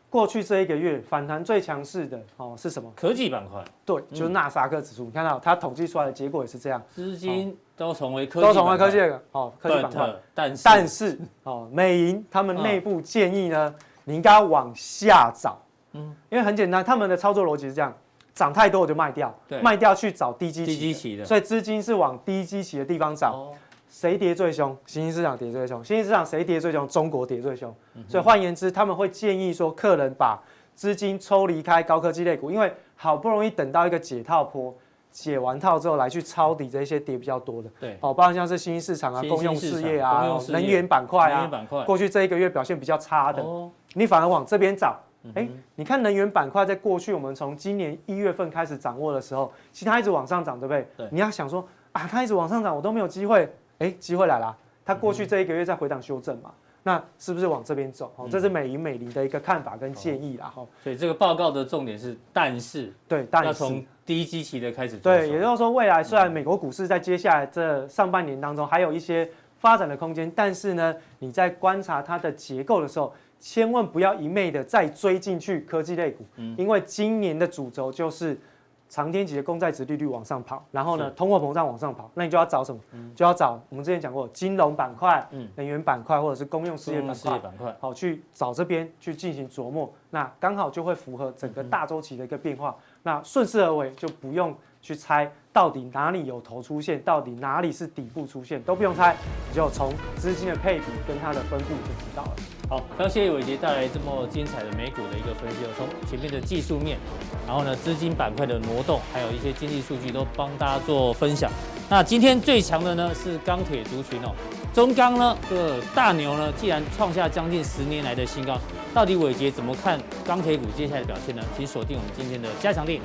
[SPEAKER 3] 过去这一个月反弹最强势的哦是什么？
[SPEAKER 1] 科技板块
[SPEAKER 3] 对，就是纳斯达克指数。你看到它统计出来的结果也是这样，
[SPEAKER 1] 资金都成为科技
[SPEAKER 3] 都
[SPEAKER 1] 板
[SPEAKER 3] 成
[SPEAKER 1] 块，
[SPEAKER 3] 为科技的哦科技板块。
[SPEAKER 1] But，但是嗯
[SPEAKER 3] 但是哦，美银他们内部建议呢，你应该往下找，嗯，因为很简单，他们的操作逻辑是这样：涨太多我就卖掉
[SPEAKER 1] 对，
[SPEAKER 3] 卖掉去找低基期的
[SPEAKER 1] 低基期的
[SPEAKER 3] 所以资金是往低基期的地方找。
[SPEAKER 1] 哦
[SPEAKER 3] 谁跌最凶？新兴市场跌最凶，新兴市场谁跌最凶？中国跌最凶。
[SPEAKER 1] 嗯
[SPEAKER 3] 所以换言之，他们会建议说，客人把资金抽离开高科技类股，因为好不容易等到一个解套坡，解完套之后来去抄底这些跌比较多的。
[SPEAKER 1] 对，
[SPEAKER 3] 哦，包括像是新兴市场啊、
[SPEAKER 1] 新兴
[SPEAKER 3] 公用
[SPEAKER 1] 市
[SPEAKER 3] 事
[SPEAKER 1] 场
[SPEAKER 3] 业
[SPEAKER 1] 公
[SPEAKER 3] 啊、
[SPEAKER 1] 用
[SPEAKER 3] 哦
[SPEAKER 1] 事业
[SPEAKER 3] 能源板块
[SPEAKER 1] 能源
[SPEAKER 3] 啊，
[SPEAKER 1] 板块
[SPEAKER 3] 过去啊这一个月表现比较差的，
[SPEAKER 1] 哦嗯
[SPEAKER 3] 你反而往这边找。哎，你看能源板块，在过去我们从今年一月份开始掌握的时候，其实它一直往上涨，对不对？
[SPEAKER 1] 对
[SPEAKER 3] 你要想说啊，它一直往上涨，我都没有机会。哎，机会来了，它过去这一个月在回档修正嘛，那是不是往这边走？哦，
[SPEAKER 1] 嗯
[SPEAKER 3] 这是美银美林的一个看法跟建议啦。哦，
[SPEAKER 1] 所以这个报告的重点是，但是
[SPEAKER 3] 对，但
[SPEAKER 1] 要
[SPEAKER 3] 是
[SPEAKER 1] 从低基期的开始着手，
[SPEAKER 3] 对，也就是说，未来虽然美国股市在接下来这上半年当中还有一些发展的空间，但是呢，你在观察它的结构的时候，千万不要一昧的再追进去科技类股，
[SPEAKER 1] 嗯
[SPEAKER 3] 因为今年的主轴就是长天期的公债值利率往上跑，然后呢，通货膨胀往上跑，那你就要找什么？就要找我们之前讲过金融板块、
[SPEAKER 1] 嗯
[SPEAKER 3] 能源板块或者是公用事业
[SPEAKER 1] 公用
[SPEAKER 3] 板
[SPEAKER 1] 事业
[SPEAKER 3] 块。
[SPEAKER 1] 板块，
[SPEAKER 3] 好，去找这边去进行琢磨，那刚好就会符合整个大周期的一个变化。那顺势而为，就不用去猜到底哪里有头出现，到底哪里是底部出现，都不用猜，你就从资金的配比跟它的分布就知道了。
[SPEAKER 1] 好，非常谢谢伟杰带来这么精彩的美股的一个分析哦，从前面的技术面，然后呢资金板块的挪动，还有一些经济数据都帮大家做分享。那今天最强的呢是钢铁族群哦，中钢呢这个大牛呢，既然创下将近十年来的新高，到底伟杰怎么看钢铁股接下来的表现呢？请锁定我们今天的加强力。